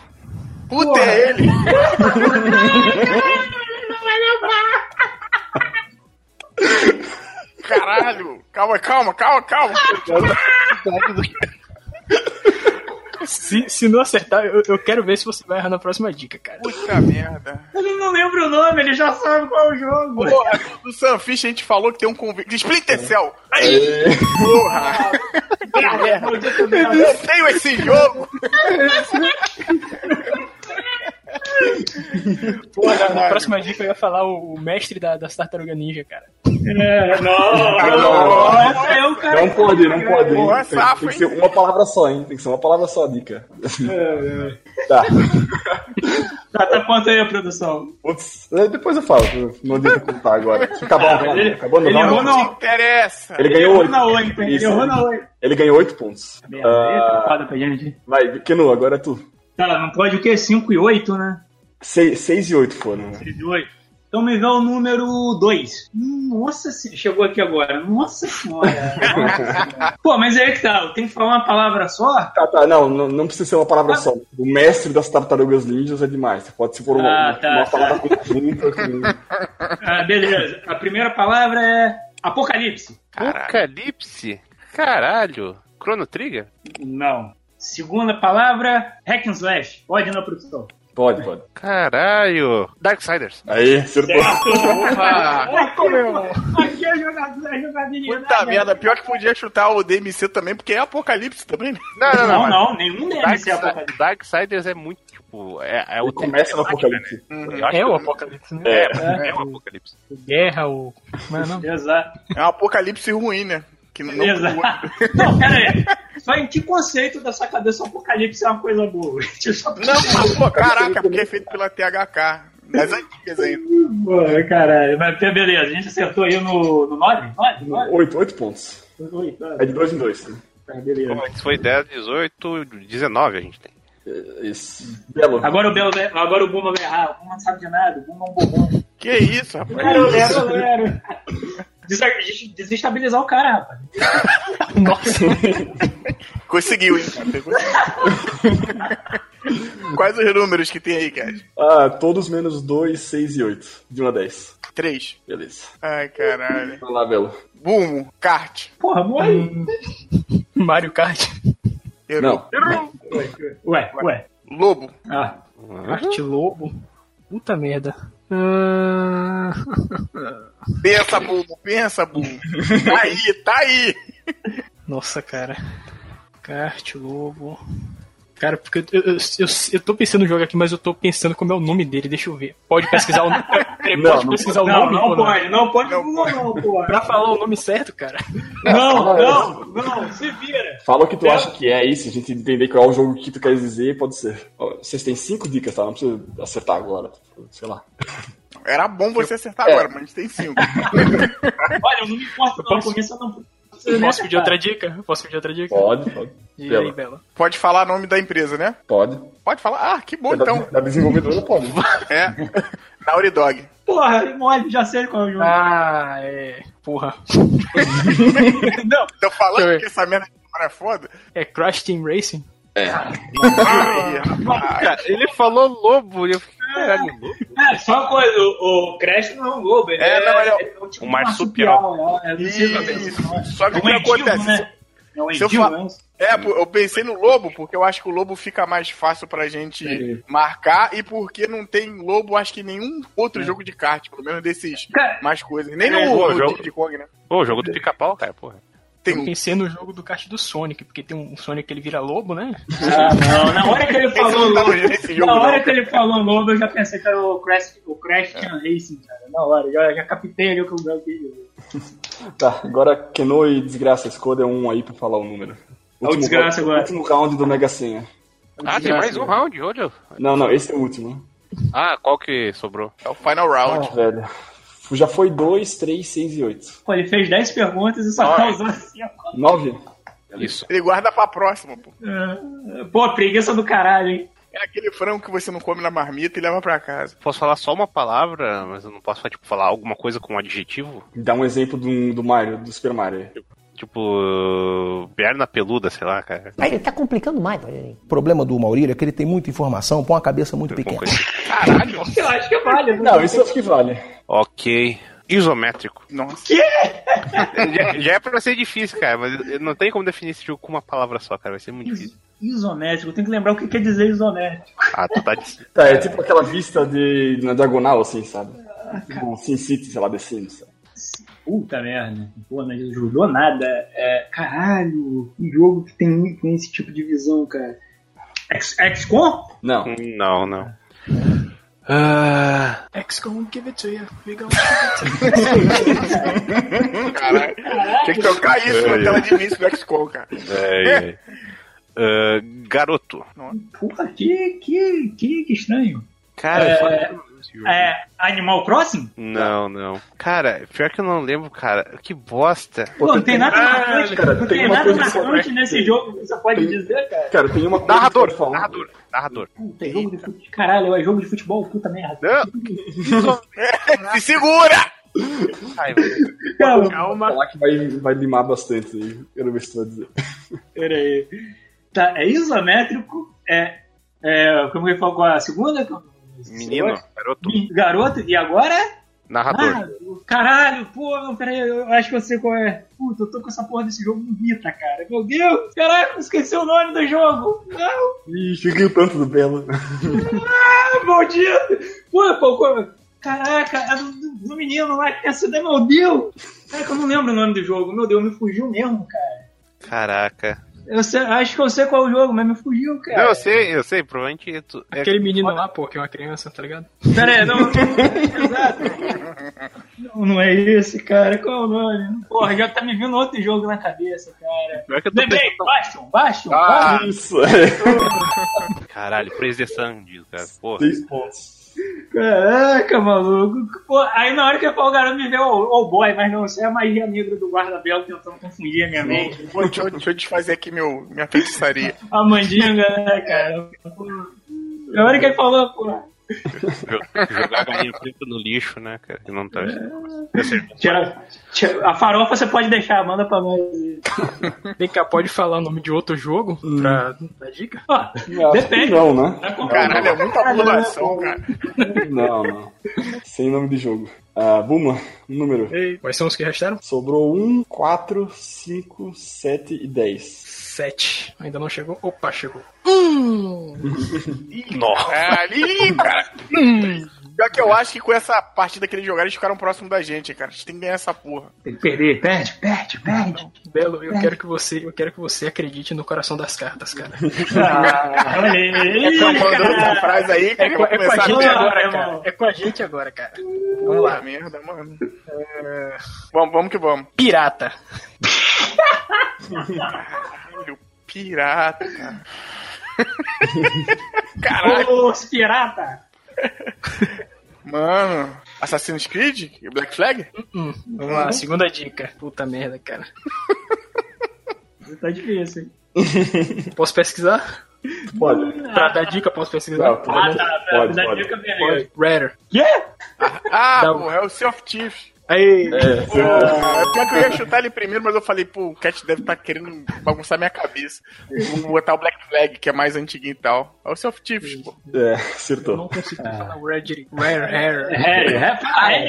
Puta, é ele! Caralho! Calma, calma, calma, calma! Se, se não acertar, eu, eu quero ver se você vai errar na próxima dica, cara. Puta merda! Ele não lembra o nome, ele já sabe qual é o jogo. Porra, do Sunfish a gente falou que tem um convite. Splinter Cell! Aí! Porra! Maldito merda. Eu tenho esse jogo! Porra, na próxima dica eu ia falar o, o mestre da, das tartaruga ninja, cara. É, não, não, não, essa é o cara. Não pode, não pode. hein? Boa Tem, safra, tem que ser hein? uma palavra só, hein? Tem que ser uma palavra só a dica. É, é. Tá. Tá, tá quanto aí a produção? Putz, é, depois eu falo. Não adianta contar agora. Isso Acabou, acabou, Ele- acabou no ele round. errou Não Não. te interessa! Ele ganhou errou oito. na 8, hein? Ele Isso. errou na 8. Ele ganhou 8 pontos. Merda, aí tá Ah, foda pra gente. vai, Kenu, agora é tu. Cara, Tá, não pode o quê? 5 e 8, né? 6 e 8 foram. né? 3 e 8. Então me vê o número 2. Nossa senhora, chegou aqui agora. Nossa senhora. Nossa senhora. Pô, mas aí que tá, eu tenho que falar uma palavra só? Tá, tá, não, não, não precisa ser uma Ah. palavra só. O mestre das tartarugas ninjas é demais. Pode se for uma, Ah, tá, uma tá. palavra conjunta. com- Ah, beleza. A primeira palavra é apocalipse. Apocalipse? Caralho. Chrono Trigger? Não. Segunda palavra, hack and slash. Pode na produção. Pode, pode. Caralho. Darksiders. Aí, acertou. Porra! Aqui é jogador, é jogabilidade. Puta merda, pior que podia chutar o DMC também, porque é Apocalipse também, né? Não, não, não. Não, mas não, nenhum deles é apocalipse. Darksiders- Darksiders é muito, tipo... É, é o Ele começa no apocalipse. Eu acho É que- o Apocalipse, né? É. É, é o Apocalipse. Guerra, o. Mano, Exato. É um Apocalipse ruim, né? Que não, Exato. Não, pera aí. Só em que conceito da sua cabeça o apocalipse é uma coisa boa? Deixa eu só- Não, mas, pô, caraca, porque é feito pela THK. Das antigas ainda. Mano, caralho. Mas beleza, a gente acertou aí no, no 9? 9? 9? 8, 8 pontos. É de 2 em 2. Beleza. Bom, antes é foi 10, 18, 19 a gente tem. É, Isso. Belo. Agora o, Bel, agora o Buma vai errar. O Buma não sabe de nada. O Buma é um bobão. Que isso, rapaz? Cara, eu né? lero, eu lero. Desa- Desestabilizar o cara, rapaz. Conseguiu, hein? cara? Conseguiu. Quais os números que tem aí, Cash? Ah, todos menos 2, 6 e 8. De 1 a 10. Três. Beleza. Ai, caralho. Vai lá, Belo. Bumo, kart. Porra, morre. Mario Kart. Não. Ué, ué. Lobo. Ah, Kart Lobo. Puta merda. Ah, Pensa, Bumo. Pensa, Bumo. Tá aí, tá aí. Nossa, cara. Kart Lobo. Cara, porque eu, eu, eu, eu- eu tô pensando no jogo aqui, mas eu tô pensando como é o nome dele, deixa eu ver. Pode pesquisar o nome. Peraí, Não, Pode não pesquisar o não, nome? não ou não? pode, não pode, Não não, não, porra. Pra falar o nome certo, cara. Não, não, não, se vira. Fala o que tu acha que é isso. A gente entender qual é o jogo que tu quer dizer, pode ser. Ó, Vocês têm 5 dicas, tá? Não precisa acertar agora. Sei lá. Era bom você acertar agora, mas a gente tem cinco. Olha, eu não me importo, não. posso- Com isso é eu não. Posso pedir outra dica? Posso pedir outra dica? Pode, pode. E Bela. aí, Bela? Pode falar nome da empresa, né? Pode. Pode falar. Ah, que bom, Da- então. Da desenvolvedora, pode. É. Naughty Dog. Porra, mole, já sei qual é o jogo. Ah, é. Porra. não, Tô Deixa eu falando ver. que essa merda é foda. é Crash Team Racing? Ai, rapaz. Ah, Cara, ele falou lobo e eu fiquei... Caralho, louco. É, só uma coisa, o, o Crash não é um lobo, ele É, é, não, ele é ele é tipo um marsupial. marsupial, É, é, Isso. é, Só que o que um endivo, acontece? né? É um Se eu endivo, falar- né? É, pô, eu pensei no lobo, porque eu acho que o lobo fica mais fácil pra gente Sim. marcar e porque não tem lobo, acho que em nenhum outro jogo de kart, pelo menos desses Cara, mais coisas. Nem é, no, pô, no jogo- Donkey Kong, né? Pô, o jogo do pica-pau, cara, porra. Tem Eu um. pensei no jogo do kart do Sonic, porque tem um Sonic que ele vira lobo, né? Ah, não, na hora que ele falou não tá lobo, no- esse jogo na hora não, que ele falou lobo, eu já pensei que era o Crash, o Crash Team Racing, cara. Na hora, já, já captei ali o que eu ganhei. Tá, agora Keno e Desgraça, escolha um aí pra falar o número. o Desgraça round, agora. Último round do Mega Senha. Ah, tem mais um round, olha. Não, não, esse é o último. Ah, qual que sobrou? É o final round. Ah, velho. Já foi 2, 3, 6 e 8. Pô, ele fez 10 perguntas e só tá usando assim, ó. 9? Isso. Ele guarda pra próxima, pô. É, Pô, preguiça do caralho, hein? É aquele frango que você não come na marmita e leva pra casa. Posso falar só uma palavra, mas eu não posso tipo, falar alguma coisa com um adjetivo? Dá um exemplo do, do Mario, do Super Mario. Tipo, perna peluda, sei lá, cara. Aí ele tá complicando mais, Rogerinho. O problema do Maurílio é que ele tem muita informação, põe uma cabeça muito Alguma pequena. coisa. assim. Caralho! Eu acho que vale. né? Não, isso eu acho que vale. Ok. Isométrico. Nossa. Já, já é pra ser difícil, cara, mas eu- não tem como definir esse jogo com uma palavra só, cara. Vai ser muito difícil. Isométrico, tem que lembrar o que quer dizer isométrico. Ah, tu tá de... Tá, é tipo aquela vista de, na diagonal, assim, sabe? Tipo, Sin City, sei lá, descendo, sabe? Puta merda. Pô, não ajudou nada. É, caralho, um jogo que tem, tem esse tipo de visão, cara. X- XCOM? Não. Hum. Não, não. Ah, XCOM, um, give it to you. um. Legal. Caralho. Tinha que tocar isso na É, tela de início do XCOM, cara. é, é. Ah, garoto. Porra, que, que, que, que estranho. Cara, É, foda esse jogo. É, Animal Crossing? Não, não. Cara, pior que eu não lembro, cara. Que bosta. Pô, não tem nada marcante, cara, não tem tem uma nada coisa marcante só- nesse jogo que você pode dizer, cara. Cara, tem uma coisa Narrador, que eu quero falar. narrador, narrador. Puta, jogo de futebol. Caralho, é jogo de futebol, puta merda. Não. Se segura! Ai, velho. Calma. Falar que vai, vai limar bastante aí. Quero ver se tu vai dizer. Pera aí. Tá, é isométrico, é. é como que ele falou com a segunda? Menino, garoto, Mi- Garoto, e agora? narrador. Ah, caralho, pô, não, peraí, eu acho que eu sei qual é. Puta, eu tô com essa porra desse jogo no Vita, cara. Meu Deus, caraca, eu esqueci o nome do jogo. Não, Ih, fiquei o tanto do Belo. ah, maldito. Pô, pô, pô, caraca, é do, do- do menino lá que tem essa ideia, meu Deus. Caraca, eu não lembro o nome do jogo, meu Deus, me fugiu mesmo, cara. Caraca. Eu sei- acho que eu sei qual é o jogo, mas me fugiu, cara. Não, eu sei, eu sei, provavelmente tu- é Aquele menino lá, pô, que é uma criança, tá ligado? Pera aí, não, não, exato. Não, não é esse, cara. Qual é o nome? Porra, já tá me vindo outro jogo na cabeça, cara. pior que eu tô Lembrei, Bastion, Bastion, Ah, um. Isso, é. pensando- Caralho, Praise the Sun, diz, cara. Porra. Seis pontos. Caraca, maluco. Pô, aí na hora que eu falo, o garoto me vê o oh, boy, mas não, isso é a magia negra do guarda-bel tentando confundir a minha mente. Pô, deixa, eu, deixa eu desfazer aqui meu, minha feitiçaria. A mandinga, né, cara? Pô. Na hora que ele falou, pô, Jo- Jogar a galinha preta no lixo, né, cara? Que não tá. É. Acertou. tira, tira- a farofa você pode deixar, manda pra nós. Vem cá, pode falar o nome de outro jogo pra dar dica? Ó, Não, acho que Depende. Não, né? tá com Caralho, é muita população, cara. Não, não. Sem nome de jogo. Ah, Buma, um número. Ei, Quais são os que restaram? Sobrou 1, 4, 5, 7 e 10. Sete. Ainda não chegou? Opa, chegou. Nossa. É, Ali, cara. Hum. Pior que eu acho que com essa partida que eles jogaram, eles ficaram próximo da gente, cara. A gente tem que ganhar essa porra. Tem que perder, perde, perde, perde. Belo, eu quero que você, eu quero que você acredite no coração das cartas, cara. Ah, olha aí, é Então, mandando essa cara. frase aí, É cara, eu com, vou é com a começar a gente agora, agora, irmão. cara. É com a gente agora, cara. É, Vamos lá. Merda, mano. Vamos, vamos que vamos. Pirata. Caralho, pirata. Caralho. Ô, os pirata. Mano. Assassin's Creed? E Black Flag? Hum, vamos lá, segunda dica. Puta merda, cara. Tá difícil, hein? Posso pesquisar? Pode. Pra dar dica, posso pesquisar? Não, Ah, pode, tá, pode, da pode. dica perdeu. Rare. Quê? Ah, Não. porra, é o Sea of Thieves. Aí, É, pior que eu ia chutar ele primeiro, mas eu falei, pô, o Cat deve estar querendo bagunçar minha cabeça. Vamos botar o Black Flag, que é mais antiguinho e tal. É o Self Hum. Tips, pô. É, eu acertou. não consigo falar o Red Rare Hair. Harry, Harry, Harry.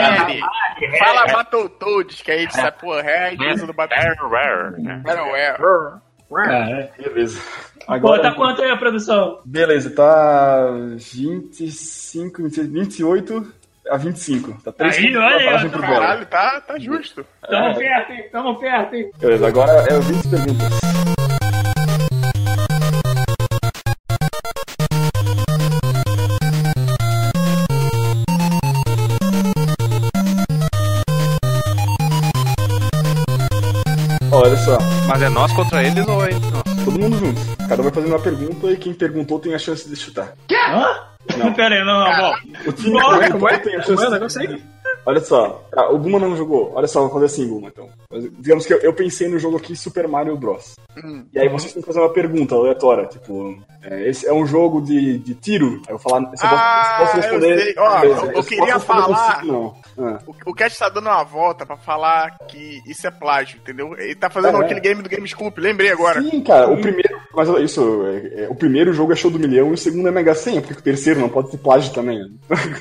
Harry. Fala Battletoads, que aí a gente sabe, pô, é a empresa do Battletoads. Não, é. Cara, Beleza. Pô, tá Agora, quanto aí a produção? beleza, tá 25, 26, 28 a 25. Tá 3 Aí, olha aí, vantagem ó, pro bola. Caralho, tá, tá justo. Tamo perto, hein? Tamo perto, hein? Beleza, agora é o 20 perguntas. Olha só, Mas é nós contra eles ou é eles? nós? todo mundo junto. Cada um vai fazendo uma pergunta e quem perguntou tem a chance de chutar. Não. Pera aí, não, não, bom. O time que Como é? perguntou Como é tem a chance o negócio aí? assim, Olha só, tá, o Buma não jogou. Olha só, vou fazer assim, Buma, então. Mas, digamos que eu, eu pensei no jogo aqui Super Mario Bros. Hum. E aí vocês têm que fazer uma pergunta aleatória, tipo, é, esse é um jogo de, de tiro? Aí eu falar, se eu posso, Ah, se eu posso eu responder. sei. Ó, beleza, eu se queria posso responder falar- sim, não. Ah, O, o Cat tá dando uma volta pra falar que isso é plágio, entendeu? Ele tá fazendo É. aquele game do GameScoop, lembrei agora. Sim, cara, o primeiro. Mas olha isso, é- é, o primeiro jogo é show do milhão e o segundo é Mega Senha, porque o terceiro não pode ser plágio também. né?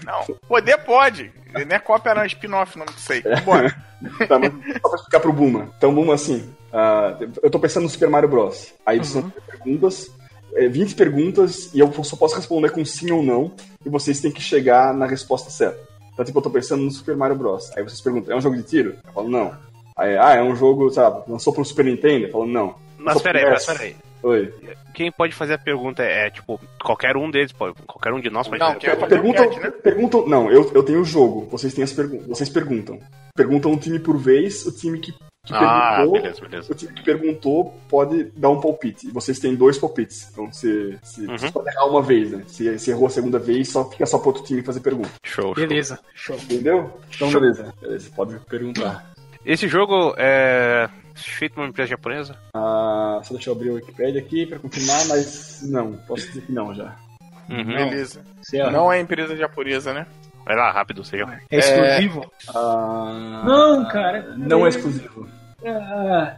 Não, poder pode. Não é cópia, não, é spin-off, não sei. Bora. Tá, mas só pra explicar pro Buma. Então, Buma, assim, ah, eu tô pensando no Super Mario Bros. Aí Uhum. são perguntas, eh, 20 perguntas, e eu só posso responder com sim ou não, e vocês têm que chegar na resposta certa. Então, tipo, eu tô pensando no Super Mario Bros. Aí vocês perguntam, é um jogo de tiro? Eu falo, não. Aí, ah, é um jogo, sabe, lançou pro Super Nintendo? Eu falo, não. Mas Só peraí, mas conversa. peraí. Oi. Quem pode fazer a pergunta é, é, tipo, qualquer um deles, pode, qualquer um de nós pode Não, fazer. a que é- pergunta. Perguntam, Cat, né? perguntam, não, eu, eu tenho o jogo, vocês têm as perguntas, vocês perguntam. Perguntam um time por vez, o time que, que Ah, perguntou, beleza, é beleza. O time que perguntou pode dar um palpite. E vocês têm dois palpites. Então se, se, Uhum. vocês podem errar uma vez, né? Se, se errou a segunda vez, só fica só pro outro time fazer pergunta. Show, show. Beleza, show. Entendeu? Então beleza. Tá. Beleza, pode perguntar. Esse jogo é feito por uma empresa japonesa? Ah, só deixa eu abrir o Wikipedia aqui pra confirmar, mas não, posso dizer que não já. Uhum. Beleza. Certo. Não é empresa japonesa, né? Vai lá, rápido, seja. É exclusivo? Ah, Não, cara. Não é exclusivo. Ah.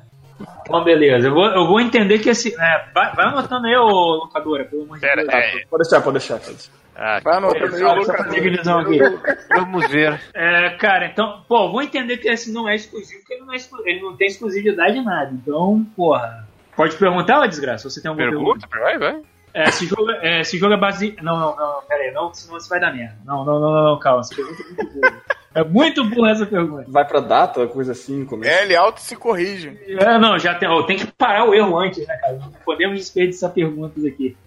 Bom, beleza. Eu vou, eu vou entender que esse. é, vai, vai anotando aí, ô locadora, pelo amor de Pera, Deus. é, Pode deixar, pode deixar. Pode deixar. ah, Vai no Só- só pra divisão aqui. vamos ver. É, cara, então, pô, eu vou entender que esse não é exclusivo, porque ele não, é exclu- ele não tem exclusividade em nada. Então, porra. Pode perguntar, ô desgraça, você tem alguma pergunta? Pergunta, vai, vai. É, esse, jogo, é, esse jogo é baseado. Não, não, não, pera aí, não, senão você vai dar merda. Não, não, não, não, não, calma, essa pergunta é muito burra. É muito burra essa pergunta. Vai pra data, coisa assim, começa. É, ele alto se corrige. É, não, já tem, ó, tem que parar o erro antes, né, cara? Não podemos desperdiçar perguntas aqui.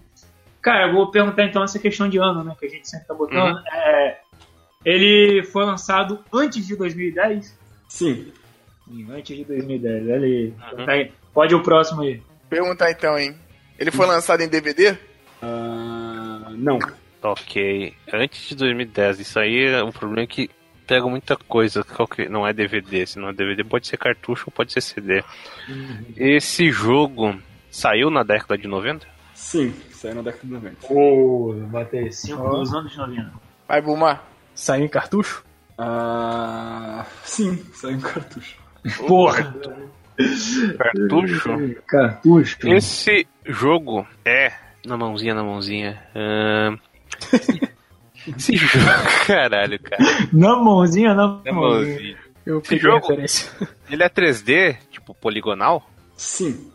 Cara, eu vou perguntar então essa questão de ano, né, que a gente sempre tá botando. É, ele foi lançado antes de 2010? Sim. Sim, Antes de 2010, olha aí. Tá aí. Pode ir o próximo aí. Perguntar então, hein? Ele foi lançado em DVD? Ah, não. Ok. Antes de 2010, isso aí o problema é que pega muita coisa. Qual que- Não é DVD. Se não é DVD, pode ser cartucho ou pode ser CD. Esse jogo saiu na década de 90? Sim. Saiu na década de 90. Pô, bater 5 nos anos né, 90. Vai, Buma. Saiu em cartucho? Ah, sim, saiu um cartucho. Porra! Cartucho? Cartucho. Esse jogo é. Na mãozinha, na mãozinha. ahn, Esse jogo. Caralho, cara. Na mãozinha, na Na mãozinha. mãozinha. Eu Esse peguei a jogo? referência. Ele é 3D, tipo poligonal? Sim.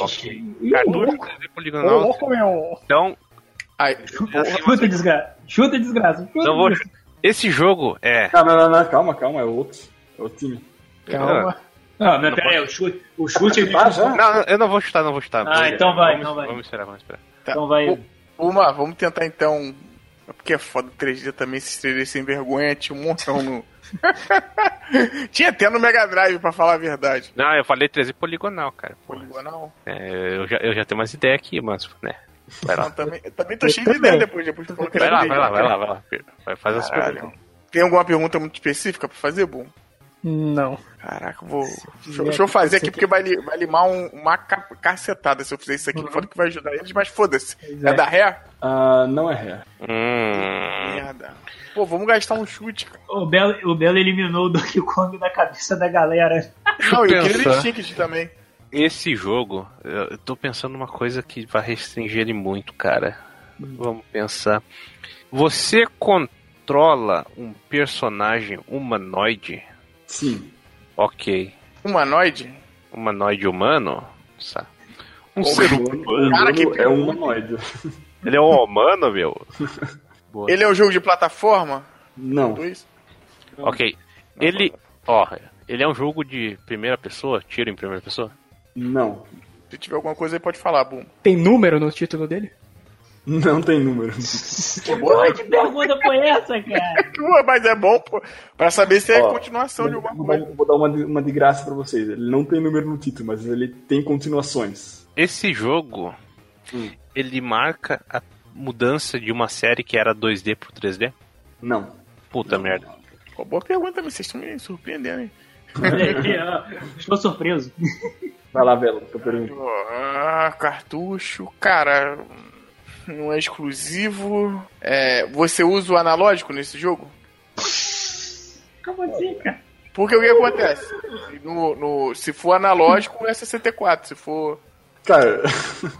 Ok. Cartucho 3D poligonal. meu! Então, é Aí, Chuta, desgraça. Chuta, desgraça. Chuta, Tá então vou. desgraça. Esse jogo é. Não, não, não, não, calma, calma, é outro. É outro time. Calma. Não, então. mas pera aí, o chute. O chute ele- Ah, já? Não, eu não vou chutar, não vou chutar. Ah, Vamos- então vai, vamos, então vai. Vamos esperar, vamos esperar. tá. Então vai. Bu- Buma, vamos tentar então. É Porque é foda 3D também, esses 3D sem vergonha, tinha um montão no. tinha até no Mega Drive, pra falar a verdade. Não, eu falei 3D poligonal, cara. Pô, Poligonal? é, eu, já, eu já tenho umas ideias aqui, mas, né? Vai Não, lá. também, eu também tô cheio de ideia depois, depois que falou Vai lá, 3D. vai lá, vai lá, vai lá. Vai fazer as Caralho. perguntas. Tem alguma pergunta muito específica pra fazer, Bum? Não. Caraca, eu vou. Deixa, eu- deixa eu fazer aqui porque vai, li- vai limar um- uma ca- cacetada se eu fizer Uhum. isso aqui. Foda que vai ajudar eles, mas foda-se. É é. da ré? Ah, não é ré. Hum. merda. Pô, vamos gastar um chute, cara. O Belo, o Belo eliminou o Donkey Kong da cabeça da galera. Não, e o pensar. Killer Instinct também. Esse jogo, eu eu tô pensando numa coisa que vai restringir ele muito, cara. Vamos pensar. Você controla um personagem humanoide? Sim. Ok. Humanoide? Humanoide humano? Sa- Um O ser humano- o humano. Cara, que humano é pergunta. um humanoide. Ele é um humano, meu? Boa. Ele é um jogo de plataforma? Não. Tudo isso? Ok. Ele. Ó, ele é um jogo de primeira pessoa? Tiro em primeira pessoa? Não. Se tiver alguma coisa aí, pode falar, Boom. Tem número no título dele? Não tem número. Que boa de pergunta foi essa, cara? Ué, mas é bom, pô. Pra saber se é Ó, continuação de vou, alguma dar- coisa. vou dar uma de, uma de graça pra vocês. Ele não tem número no título, mas ele tem continuações. Esse jogo. Ele marca a mudança de uma série que era 2D pro 3D? Não. Puta merda. Pô, boa pergunta, mas vocês estão me surpreendendo, hein? Olha aí, ó. Estou surpreso. Vai lá, Velo, tô perguntando. Ah, cartucho, cara. Não é exclusivo. É, você usa o analógico nesse jogo? Como assim, cara? Porque o que acontece? No, no- se for analógico, é 64. Se for, Cara.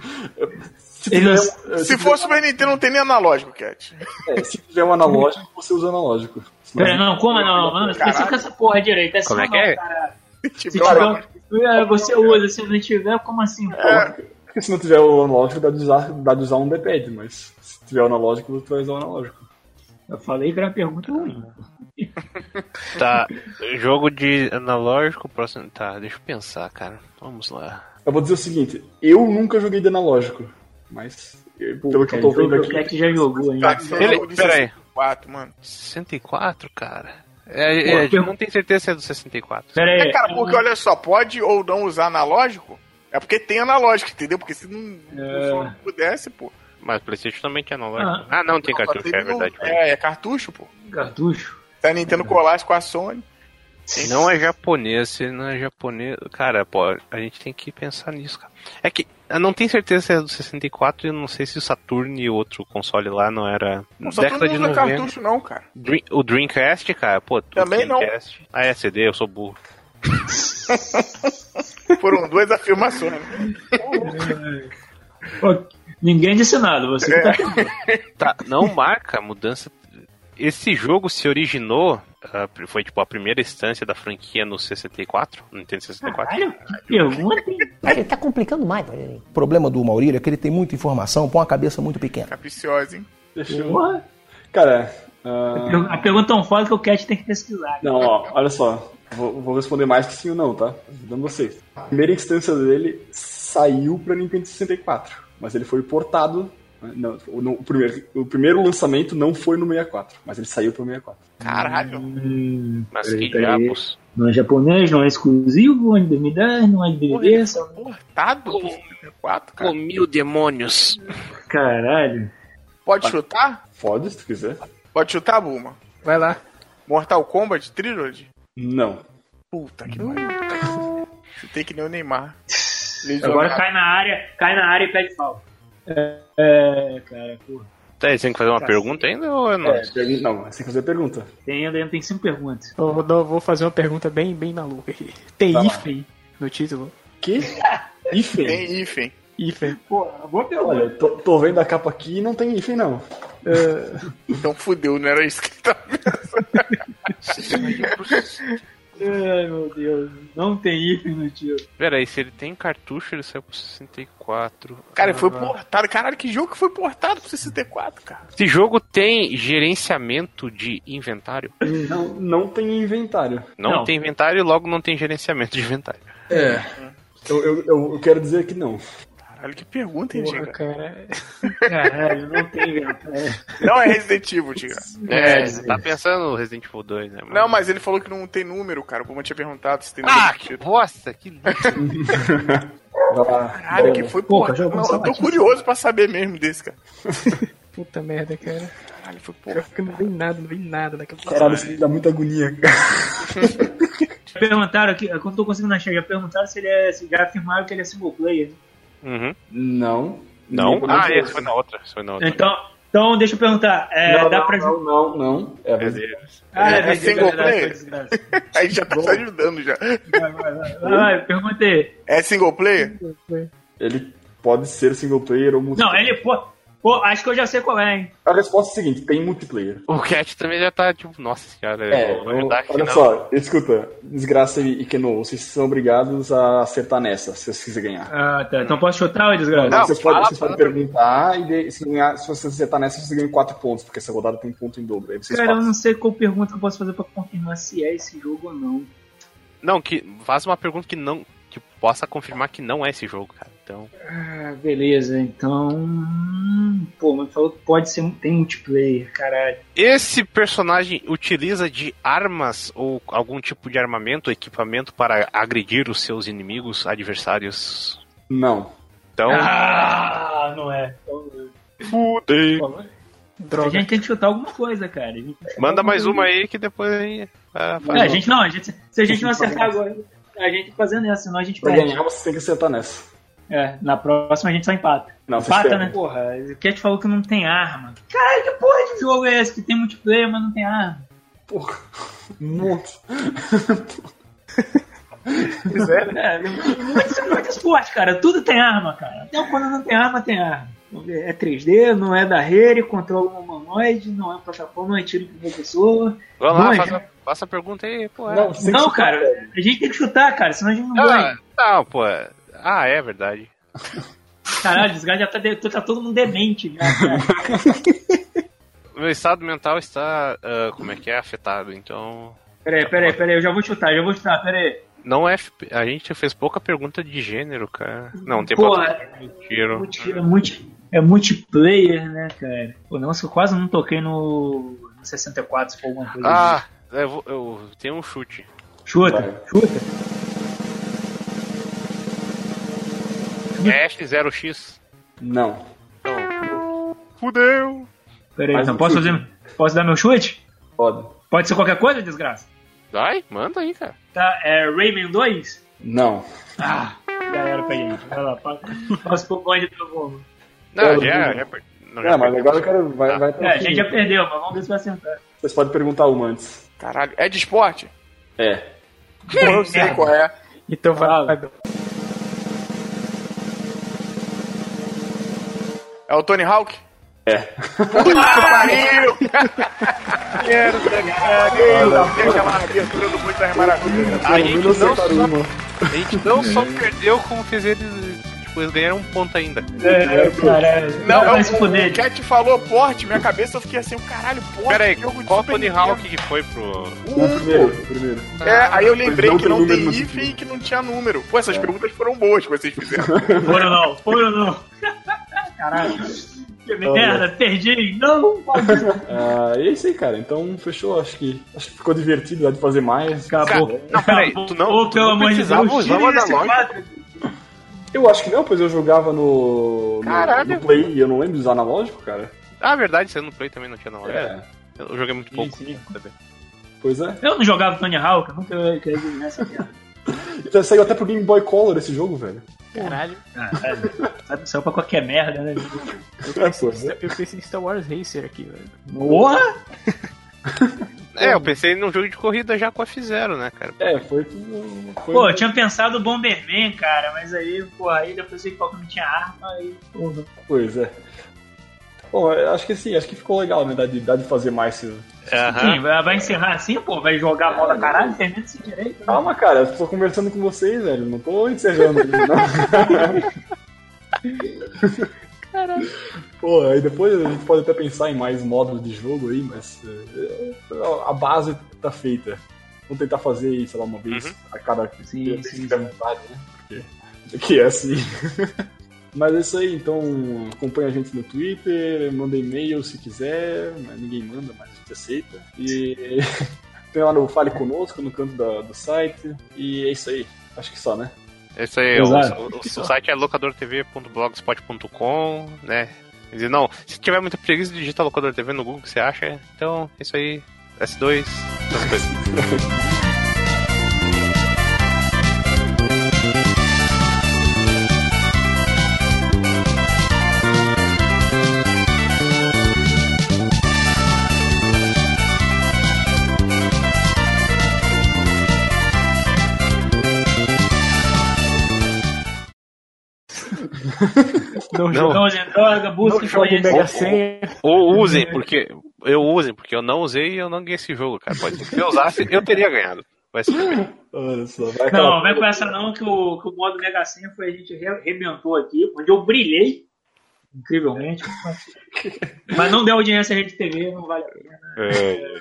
se, Ele não- tiver, um- se for Super Nintendo, não tem nem analógico, Cat. Tipo, é, se tiver um analógico, você usa analógico. Pera, É, não, como não? Não, não especifica essa porra direito. É assim, Como é que é? não, cara. Tipo, Se tiver, é, você usa. Se não tiver, como assim, porra? Porque se não tiver o analógico, dá de usar, dá de usar um D-pad, mas se tiver o analógico, você vai usar o analógico. Eu falei que era uma pergunta ruim. Tá, jogo de analógico, próximo. Tá, deixa eu pensar, cara. Vamos lá. Eu vou dizer o seguinte: eu nunca joguei de analógico, mas eu- pelo que eu tô vendo O aqui. Jack já jogou, um hein? Tá, são Ele- jogos de pera aí. 64, mano. 64, cara? É, é, Pô, eu- não tem certeza se é do 64. Pera aí. É, cara, porque olha só, pode ou não usar analógico? É porque tem analógico, entendeu? Porque se não, se não pudesse, pô. Mas o Playstation também tinha analógico. Ah, não, tem Não, só cartucho, é no- verdade. É, é cartucho, pô. Cartucho. Se a Nintendo colasse com a Sony. Não é japonês, se não é japonês. Cara, pô, a gente tem que pensar nisso, cara. É que eu não tenho certeza se é do 64 e eu não sei se o Saturn e outro console lá não era. Não, só todo década de mundo usa 90. cartucho, não, cara. Dream- o Dreamcast, cara, pô. Também o não. Dreamcast. não. Ah, é CD, eu sou burro. Foram duas afirmações. né? Pô, ninguém disse nada. Você que tá Tá, não marca a mudança. Esse jogo se originou, ah, foi tipo a primeira instância da franquia no 64, no Nintendo 64. Caralho, que pergunta, hein? Ele tá complicando mais, Rogerinho. O problema do Maurílio é que ele tem muita informação, põe uma cabeça muito pequena. Capiciosa, hein? Deixa eu... Porra. Cara, ah, A pergunta é tão foda que o Cat tem que pesquisar. não, ó, olha só. Vou, vou responder mais que sim ou não, tá? Ajudando vocês. A primeira instância dele saiu pra Nintendo 64, mas ele foi portado. né? Não, o, não- o primeiro, o primeiro lançamento não foi no 64, mas ele saiu pro 64. Caralho. Mas Peraí, que peraí. diabos. Não é japonês, não é exclusivo, não é de 2010, não é de Porra, ele DVD, foi só- portado do 64, cara. mil demônios. Caralho. Pode chutar? Pode, se tu quiser. Pode chutar, Buma. Vai lá. Mortal Kombat Trilogy? Não. Puta que pariu. Chutei que nem o Neymar. Lesionado. Agora cai na área, cai na área e pede falta. É, é, cara, porra. Tá, eles têm que fazer uma pergunta ainda ou é É, nóis? pergun- não, você tem que fazer a pergunta. Tem, ainda tem cinco perguntas. Eu vou, dar- vou fazer uma pergunta bem, bem maluca aqui. Tem Vai lá. hífen no título? Que? Hífen? Tem hífen. Hífen. Porra, boa Olha, eu tô, tô vendo a capa aqui e não tem hífen, não. Ah, Então fudeu, não era isso que ele tava Ai, meu Deus. Não tem hífen no tiro. Pera aí, se ele tem cartucho, ele saiu pro 64. Cara, Ah, ele foi portado. Caralho, que jogo que foi portado pro 64, cara? Esse jogo tem gerenciamento de inventário? Não, não tem inventário. Não, Não. tem inventário e logo não tem gerenciamento de inventário. É. Eu, eu, eu- eu quero dizer que não. Caralho, que pergunta, hein, porra, Diga? cara. Caralho, não tem inventário. Não é Resident Evil, Diga. É, você tá pensando no Resident Evil 2, né? Não, mas ele falou que não tem número, cara. Como eu tinha perguntado se tem número. Ah, de que título. bosta, que lixo. Vai lá. Caralho, Bom, que foi Porra, portado. jogo Não, eu tô salvadinho. curioso pra saber mesmo desse, cara. Puta merda, cara. Caralho, foi Pior porra. que não vem nada, não vem nada daquela Caralho, isso me dá muita agonia. Perguntaram aqui, eu não tô conseguindo achar, já perguntaram se ele é. Se já afirmaram que ele é single player. Uhum. Não. Não? Ninguém Ah, comentou. esse foi na outra. Esse foi na outra. Então, Então, deixa eu perguntar. É, não, dá não, pra. não, não, não. É, mas- Ah, É single player? player? Aí já tá te ajudando já. pergunta aí. É single player? ele pode ser single player ou multiplayer. Não, ele. Pô, pô, acho que eu já sei qual é, hein? A resposta é a seguinte: tem multiplayer. O Cat também já tá, tipo, nossa senhora, É, eu vou ajudar aqui, olha não. só, escuta, desgraça e, e Keno, vocês são obrigados a acertar nessa, se vocês quiserem ganhar. Ah, tá. Então posso chutar, ô desgraça? Não, vocês fala, podem, vocês fala. podem perguntar e de- se, ganhar, se vocês acertar nessa, vocês ganham 4 pontos, porque essa rodada tem um ponto em dobro. Aí vocês Cara, eu passam. não sei qual pergunta eu posso fazer pra confirmar se é esse jogo ou não. Não, que faz uma pergunta que não. Que possa confirmar que não é esse jogo, cara. Então. Ah, beleza, então. hum, Pô, mas falou que pode ser. Tem multiplayer, caralho. Esse personagem utiliza de armas ou algum tipo de armamento, equipamento para agredir os seus inimigos, adversários. Não. Então. Ah, não é. Então, fudei. a Droga. gente tem que chutar alguma coisa, cara. A gente tem que É, chutar Manda alguma mais coisa. uma aí que depois aí. ah, É, a faz. gente não, a gente, se a gente não acertar agora, a gente tá fazendo essa, senão a gente Pra perde. ganhar, vocês têm que acertar nessa. É, na próxima a gente só empata. Não, vocês Empata, perdem. né? Porra, o Cat falou que não tem arma. Caralho, que porra de jogo é esse que tem multiplayer, mas não tem arma? Porra, um monte. É, muito, muito esporte, cara. Tudo tem arma, cara. Até quando não tem arma, tem arma. É 3D, não é da rede, controla um humanoide, não é plataforma, não é tiro com pessoa. Vamos lá, Não, faça, faça a pergunta aí, pô. é. Não, vocês têm que Não, chutar. cara, a gente tem que chutar, cara, senão a gente não ganha. Ah, não, pô. Ah, é verdade. Caralho, esse cara já tá, de- tá todo mundo demente, já, cara. Meu estado mental está. ah, como é que é? Afetado, então. Peraí, peraí, peraí, eu já vou chutar, já vou chutar, peraí. Não é. FP A gente fez pouca pergunta de gênero, cara. Não, tem Pô, pouca. é, Tiro. multi- é multi- é multiplayer, né, cara? Pô, nossa, eu quase não toquei no, no 64, se for alguma coisa. Ah, eu, vou- eu tenho um chute. assim. Chuta, vai. chuta. Dash 0x. Não. Fudeu. Peraí, Faz então um posso, chute. fazer, posso dar meu chute? Pode. Pode ser qualquer coisa, desgraça? Vai, manda aí, cara. Tá, é Rayman 2? Não. Ah, já era pra gente. Vai lá, pa- passa pro bonde do bolo. Não, já, já per- não, já É, mas perdeu. agora eu quero. Vai, Ah. vai até o É, a gente fim. já perdeu, mas vamos ver se vai acertar. Vocês podem perguntar uma antes. Caralho. É de esporte? É. Pô, eu sei qual é. Então vai. vai, É o Tony Hawk? É. Pariu! Quero pegar Deus, deixa a maravilha do Muito das Maravilhas. A gente não acertar sabe. um uma. A gente não só perdeu, como fez eles. Tipo, eles ganharam um ponto ainda. É, caralho. Não, vai eu, se fuder. tipo, o Cat falou porte, minha cabeça eu fiquei assim, caralho, porte. Pera aí, jogo de qual Super Tony Nintendo. Hawk que foi pro. O primeiro, o primeiro. É, aí eu lembrei Não que tem não tem número no É. if e segundo. que não tinha número. Pô, essas perguntas foram boas que vocês fizeram. Foram não, foram não. Caralho. Que merda, perdi. Não, Ah, e é isso aí, cara. Então fechou. Acho que, acho que ficou divertido. Dá de fazer mais. acabou. Não, peraí, tu não- Ô, tu pelo não amor é de precisava Deus, usar tira o esse analógico. quadro. Eu acho que não, pois eu jogava no, no, Caralho. no Play e eu não lembro de usar analógico, cara. Ah, verdade, você no Play também não tinha não. É. Eu joguei muito pouco. sim. Pois é. Eu não jogava Tony Hawk, eu nunca queria adivinhar essa piada. Então, saiu até pro Game Boy Color esse jogo, velho. Caralho. Ah, Caralho, Sabe, saiu pra qualquer merda, né? É, pois é. Eu pensei em Star Wars Racer aqui, velho. Porra! É, eu pensei num jogo de corrida já com a fizeram, né, cara? É, foi. tudo- foi Pô, eu tinha pensado Bomberman, cara, mas aí, pô, aí depois eu vi que não tinha arma, aí, porra. Pois é. Bom, eu acho que sim, acho que ficou legal, né? Dá de, dá de fazer mais. Se... Sim, vai vai encerrar assim, pô, vai jogar a bola caralho, termina esse direito. né? Calma, cara, eu tô conversando com vocês, velho. Não tô encerrando aqui, não. Caralho. Pô, aí depois a gente pode até pensar em mais módulos de jogo aí, mas eh, a base tá feita. Vamos tentar fazer aí, sei lá, uma vez a cada Sim, se sim, tiver vontade, né? Porque, que é assim. mas é isso aí, então acompanha a gente no Twitter, manda e-mail se quiser, mas ninguém manda, mas a gente aceita. E é tem lá no Fale Conosco, no canto da- do site. E é isso aí. Acho que só, né? Esse aí, o, Exato. o- o site é locadortv.blogspot.com, né? Quer dizer, não, se tiver muita preguiça, digita locadortv no Google, que você acha? Então, é isso aí, S2, essas coisas. Não, Não. joga- Não usem droga, busquem não jogue conhecimento. Mega Senha. Ou usem, porque. Eu usem, porque eu não usei e eu não ganhei esse jogo, cara. Pode ser. Se eu usasse, eu teria ganhado. Vai se fuder. Olha só, vai Não, aquela- vai com essa não, que o, que o modo Mega Senha foi a gente re- arrebentou aqui, onde eu brilhei, incrivelmente. Mas não deu audiência à rede TV, não vale a pena. É.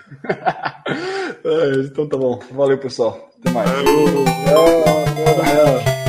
É, então tá bom. Valeu, pessoal. Até mais. Tchau, tchau.